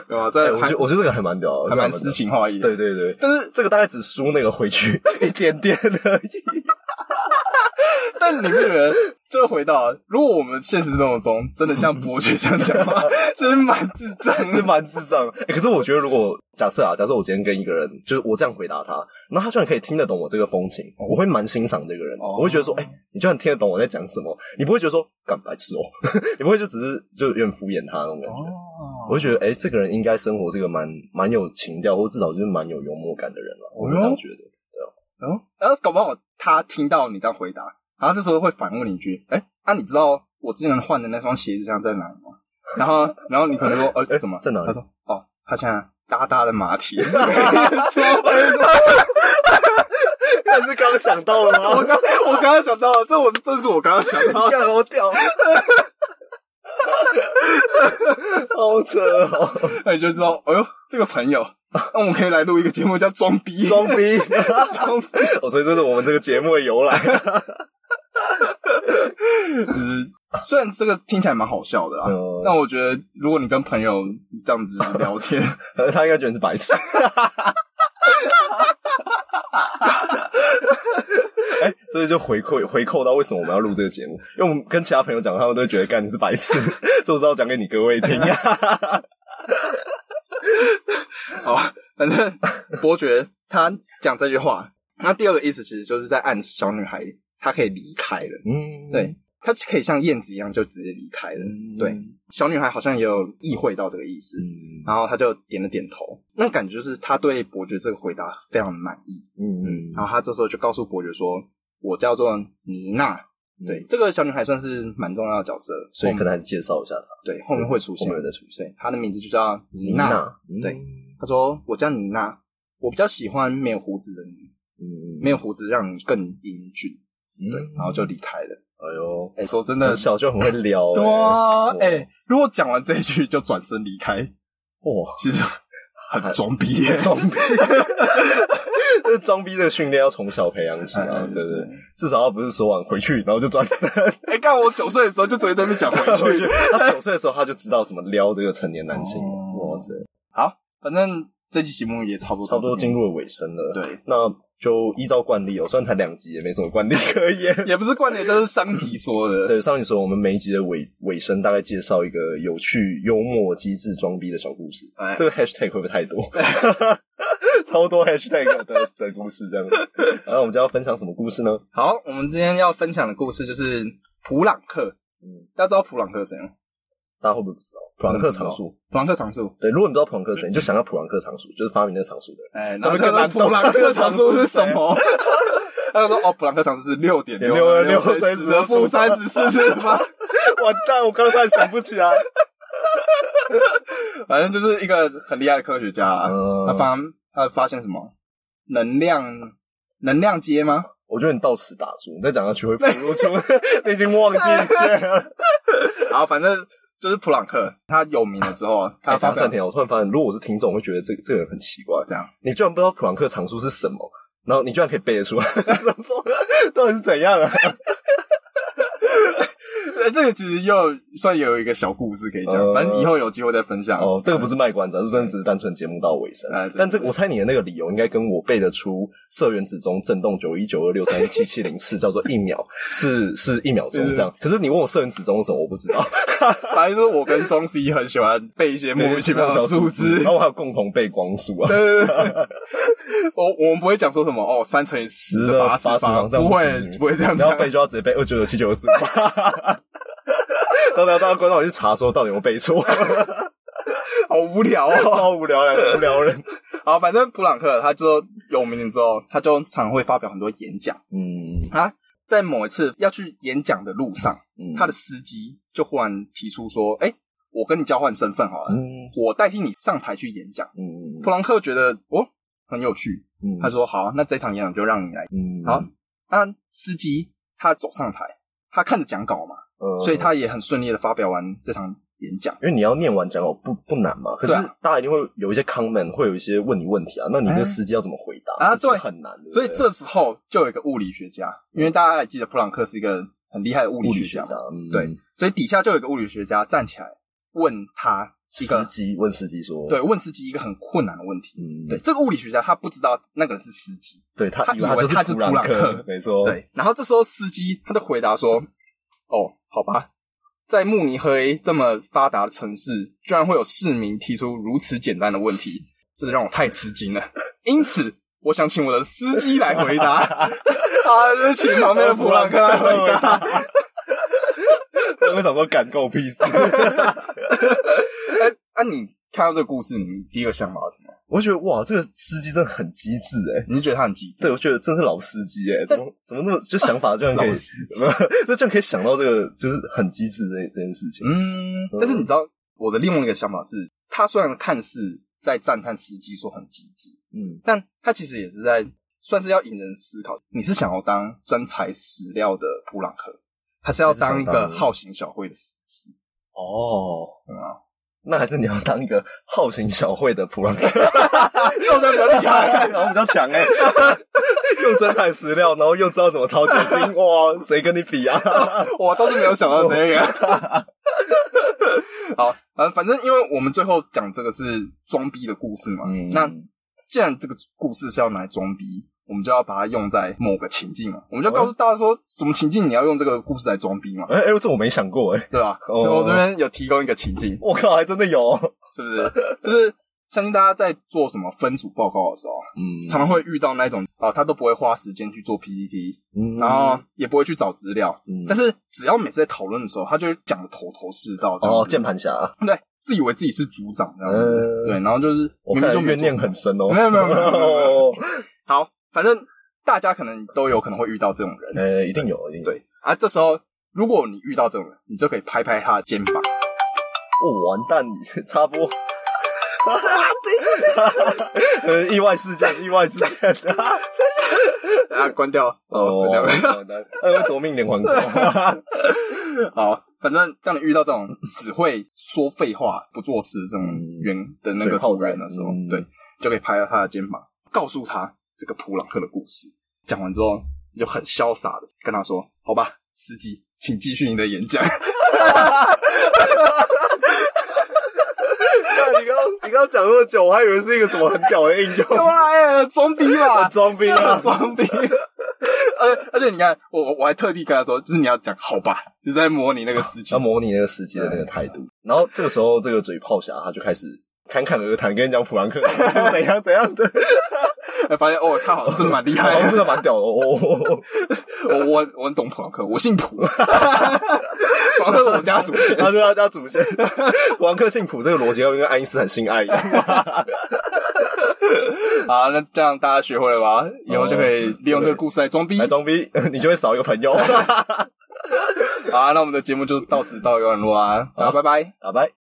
S1: 对吧？
S2: 哎
S1: 在
S2: 我觉得我觉得这个还蛮屌的，
S1: 还蛮
S2: 这个
S1: 诗
S2: 屌。
S1: 情画意的。
S2: 对对对，
S1: 但是
S2: 这个大概只输那个回 [LAUGHS] 去一点点而已。
S1: 但你不觉得？这回到，如果我们现实生活中真的像伯爵这样讲
S2: [LAUGHS]
S1: 话，真是蛮智障
S2: 是
S1: 的。
S2: 蛮智障、欸。可是我觉得，如果假设啊，假设我今天跟一个人，就是我这样回答他，然后他居然可以听得懂我这个风情，我会蛮欣赏这个人的。
S1: 哦
S2: 我会觉得说，哎、你居然听得懂我在讲什么，你不会觉得说干白痴哦、 [LAUGHS] 你不会就只是就有点敷衍他那种感觉。我
S1: 哦，
S2: 会觉得，哎、这个人应该生活这个蛮蛮有情调，或至少就是蛮有幽默感的人了。我会这
S1: 哦
S2: 样觉得。 [LAUGHS]
S1: 然哎后搞不好他听到你这样回答，然后这时候会反问你一句：“哎，那你知道我之前换的那双鞋子现在在哪里吗？”然后，然后你可能说：“呃，怎么
S2: 在哪里
S1: 他说：“哦，他现在搭搭的马蹄。” [LAUGHS] 哎
S2: 但是刚想到了
S1: [LAUGHS] 我？刚我刚刚想到了，这我是这是我刚刚想到的。
S2: 干 [LAUGHS]
S1: [LAUGHS]
S2: 好屌，好扯哦，
S1: 那你就知道，哎呦，这个朋友，那我们可以来录一个节目叫“装逼”，
S2: [LAUGHS] 装逼！
S1: 装逼，
S2: 哦，所以这是我们这个节目的由来。 [LAUGHS]
S1: 就是虽然这个听起来蛮好笑的啊
S2: 嗯，
S1: 但我觉得如果你跟朋友这样子聊天，
S2: 呃他应该觉得你是白痴。 [LAUGHS] 哎、所以就回馈回扣到为什么我们要录这个节目，因为我们跟其他朋友讲，他们都会觉得干你是白痴， [LAUGHS] 所以我知道讲给你各位 [LAUGHS] 听啊。
S1: 哦，反正伯爵他讲这句话，那第二个意思其实就是在暗示小女孩她可以离开了，
S2: 嗯，
S1: 对，她可以像燕子一样就直接离开了。
S2: 嗯
S1: 对，小女孩好像也有意会到这个意思，
S2: 嗯
S1: 然后她就点了点头，那感觉就是她对伯爵这个回答非常满意。
S2: 嗯
S1: 然后他这时候就告诉伯爵说：“我叫做妮娜。”对，，这个小女孩算是蛮重要的角色，
S2: 所以可
S1: 后面
S2: 能还是介绍一下他，
S1: 对后面会出现
S2: 后面，会再出现。
S1: 对，她的名字就叫妮
S2: 妮
S1: 娜。
S2: 娜，嗯
S1: 对，他说：“我叫妮娜，我比较喜欢没有胡子的你，
S2: 嗯
S1: 没有胡子让你更英俊。”对，然后就离开了。
S2: 哎呦，
S1: 哎，说真
S2: 嗯很
S1: 的，
S2: 小就很会聊、欸，
S1: 对啊，
S2: 哇
S1: 哎，如果讲完这一句就转身离开， [LAUGHS]
S2: 哇，
S1: 其实很装逼耶。
S2: 装逼，这装逼这个训练要从小培养起啊，
S1: 哎
S2: 对不对？至少他不是说完回去，然后就转身
S1: [LAUGHS]
S2: [LAUGHS]
S1: 哎，干我九岁的时候就直接在那边讲回
S2: 回
S1: 去 [LAUGHS]
S2: 去。。他九岁的时候他就知道怎么撩这个成年男性了，
S1: 哦
S2: 哇塞！
S1: 好，反正这期节目也差不多
S2: 差不多进入了尾声了。
S1: 对，
S2: 那就依照惯例哦，虽然才两集，也没什么惯例可言。 [LAUGHS]
S1: 也不是观点，就是上集说的。
S2: 对，上一说我们每一集的尾尾声大概介绍一个有趣、幽默、机智、装逼的小故事。
S1: 哎
S2: 这个 hashtag 会不会
S1: [LAUGHS]
S2: 太多？ [LAUGHS] 超多 hashtag 的的故事这样 [LAUGHS] 子。然后我们今天要分享什么故事呢？
S1: 好，我们今天要分享的故事就是普朗克。
S2: 嗯，
S1: 大家知道普朗克是谁吗？
S2: 大家会不会不知道普朗克常数？
S1: 普朗克常数。
S2: 对，如果你知道普朗克谁，你就想到普朗克常数，就是发明那个常数的人。
S1: 哎，
S2: 他
S1: 然后
S2: 们
S1: 就
S2: 就
S1: 说
S2: 难
S1: 普
S2: 懂
S1: 朗克常数是什么？ [LAUGHS] 他就说哦，普朗克常数是六点六
S2: 6.6
S1: 乘十的负三十四次方，
S2: [LAUGHS] 完蛋，我刚才想不起来。
S1: [LAUGHS] 反正就是一个很厉害的科学家啊。
S2: [LAUGHS] 嗯
S1: 他发他发现什么？能量能量街吗？
S2: 我觉得你到此打住，你再讲下去会暴露出你已经忘记一切了。
S1: 然后反正就是普朗克，他有名了之后， [LAUGHS] 他
S2: 哎
S1: 发
S2: 发
S1: 表
S2: 暂停，我突然发现，如果我是听众，我会觉得这这个人很奇怪。
S1: 这样，
S2: 你居然不知道普朗克常数是什么，然后你居然可以背得出来，什么到底是怎样啊？
S1: 呃这个其实又算有一个小故事可以讲，
S2: 呃
S1: 反正以后有机会再分享。
S2: 哦，这个不是卖关子啊，这真的只是单纯节目到尾声
S1: 哎对。
S2: 但这个我猜你的那个理由应该跟我背得出色原子钟震动九一九二六三七七零
S1: [LAUGHS]
S2: 次叫做一秒，是是一秒钟这样。可是你问我色原子钟是什么，我不知道。
S1: 反正就是我跟钟 C 很喜欢背一些 [LAUGHS] 莫名其妙的数字
S2: [LAUGHS] 然。后我还有共同背光速
S1: [LAUGHS]
S2: 啊。
S1: 对对对对 [LAUGHS] 我我们不会讲说什么哦，三乘以十的八
S2: 八
S1: 次
S2: 八
S1: 方，
S2: 这样
S1: 不会 [LAUGHS]
S2: 行
S1: 不会这样
S2: 你要
S1: 讲。
S2: 背就要直接背二九九七九四。 [LAUGHS] 然后大家观众去查说到底有没有
S1: [LAUGHS]
S2: 背错，
S1: 好无聊哦。 [LAUGHS]
S2: 好无聊人，无聊人。
S1: 好，反正普朗克他之后有名了之后，他就常会发表很多演讲。
S2: 嗯，
S1: 他在某一次要去演讲的路上，
S2: 嗯
S1: 他的司机就忽然提出说：“哎、我跟你交换身份好了，
S2: 嗯
S1: 我代替你上台去演讲。”
S2: 嗯
S1: 普朗克觉得哦很有趣，
S2: 嗯
S1: 他说：“好，那这场演讲就让你来。
S2: 嗯”
S1: 好，那司机他走上台，他看着讲稿嘛，
S2: 呃
S1: 所以他也很顺利的发表完这场演讲。
S2: 因为你要念完讲稿不不难嘛，可是
S1: 对啊
S2: 大家一定会有一些 comment，会有一些问你问题啊，那你这个司机要怎么回答
S1: 哎嗯啊
S2: 这是
S1: 对
S2: 很难的。
S1: 所以
S2: 对不对嗯
S1: 这时候就有一个物理学家，因为大家还记得普朗克是一个很厉害的物理
S2: 物理
S1: 学
S2: 学
S1: 家
S2: 家
S1: 嘛，，
S2: 嗯
S1: 对，所以底下就有一个物理学家站起来问他一
S2: 司
S1: 个
S2: 机问司机说，
S1: 对，问司机一个很困难的问题。
S2: 嗯
S1: 对，这个物理学家他不知道那个人是司机，
S2: 对，他
S1: 他
S2: 以为他
S1: 以为
S2: 就是
S1: 他就是
S2: 朗
S1: 普朗克
S2: 没错，
S1: 对。哦然后这时候司机他就回答说：“哦，好吧，在慕尼黑这么发达的城市，居然会有市民提出如此简单的问题，这让我太吃惊了。 [LAUGHS] 因此，我想请我的司机来回答。 [LAUGHS] 啊，就是请旁边的普朗克来回 [LAUGHS] 答。
S2: [LAUGHS] 我想说敢够屁事。 [LAUGHS]
S1: 啊，你看到这个故事，你第一个想法是什么？
S2: 我就觉得哇，这个司机真的很机智哎、
S1: 你就觉得他很机智？
S2: 对，我觉得真是老司机哎、怎么怎么那么就想法居然可以
S1: 老司，
S2: [LAUGHS] 就居然可以想到这个就是很机智这这件事情。
S1: 嗯，但是你知道我的另外一个想法是，他虽然看似在赞叹司机说很机智，
S2: 嗯，
S1: 但他其实也是在算是要引人思考：你是想要当真材实料的普朗克，还是要当一
S2: 还是
S1: 个
S2: 想当
S1: 好行小惠的司机？ [LAUGHS]
S2: 哦，
S1: 嗯啊，
S2: 那还是你要当一个好行小惠的普朗克， [LAUGHS]
S1: 好像比较厉害。
S2: 然后比较强哎、又真材实料，然后又知道怎么抄捷径，哇，谁跟你比啊？
S1: 我倒是没有想到这个。 [LAUGHS] 好，呃，反正因为我们最后讲这个是装逼的故事嘛，
S2: 嗯
S1: 那既然这个故事是要拿来装逼，我们就要把它用在某个情境嘛，我们
S2: 啊
S1: 就告诉大家说什么情境你要用这个故事来装逼嘛，
S2: 哎哎、这我没想过哎、
S1: 对吧？所
S2: 哦
S1: 以我这边有提供一个情境，
S2: 我靠，还真的有，
S1: 是不是？ [LAUGHS] 就是相信大家在做什么分组报告的时候，
S2: 嗯
S1: 常常会遇到那种啊、他都不会花时间去做 PPT，
S2: 嗯
S1: 然后也不会去找资料，
S2: 嗯
S1: 但是只要每次在讨论的时候，他就会讲的头头是道，这样
S2: 哦，
S1: 子
S2: 键盘侠，
S1: 对，自以为自己是组长这样子，
S2: 嗯
S1: 对，然后就是
S2: 我
S1: 明明
S2: 看
S1: 就
S2: 就
S1: 没
S2: 怨
S1: 做
S2: 念很深哦，
S1: 没有没有没有没有没有
S2: [LAUGHS] 哦，
S1: 好，反正大家可能都有可能会遇到这种人，
S2: 呃，一定有，一定有。
S1: 对啊，这时候如果你遇到这种人，你就可以拍拍他的肩
S2: [LAUGHS]
S1: 膀，
S2: 啊哦，完蛋，你插播。 [LAUGHS] 呃，意外事件，意外事件，
S1: 啊，关掉 [LAUGHS] 哦，关掉关掉，
S2: 完蛋哎我夺命连环扣，
S1: [LAUGHS]
S2: [LAUGHS]
S1: 好，反正当你遇到这种只会说废话不做事这种员的那个
S2: 嘴炮
S1: 主人的时候，
S2: 人嗯
S1: 对，就可以拍拍他的肩膀，告诉他这个普朗克的故事。讲完之后，你就很潇洒的跟他说：“好吧，司机，
S2: [LAUGHS]
S1: 请继续你的演讲。”
S2: 你刚你刚讲那么久，我还以为是一个什么很屌的应用， [LAUGHS]
S1: 对吧？哎，装逼啦，
S2: 装逼啊！
S1: 装逼。而而且你看，我我还特地跟他说，就是你要讲好吧，就是在模拟那个司机
S2: [LAUGHS] 要。模拟那个司机的那个态度。然后这个时候，这个嘴炮侠他就开始侃侃而谈，跟你讲普朗克是怎样怎样的，
S1: 哎发现哦，他好像真的蛮厉害
S2: 然 [LAUGHS] 后真
S1: 的。
S2: 的蛮屌的哦。
S1: [LAUGHS] 我呃我我很懂普朗克，我姓普， [LAUGHS] 普朗克是我家祖
S2: [LAUGHS]
S1: 先。
S2: 他是他家祖先，普朗克姓普，这个逻辑要跟爱因斯坦姓爱一样。
S1: 好，那这样大家学会了吧？以后就可以利用这个故事来装逼。
S2: 哦来装逼，你就会少一个朋友。
S1: 好，那我们的节目就到此到一个段落啊，大家拜拜。
S2: 拜拜。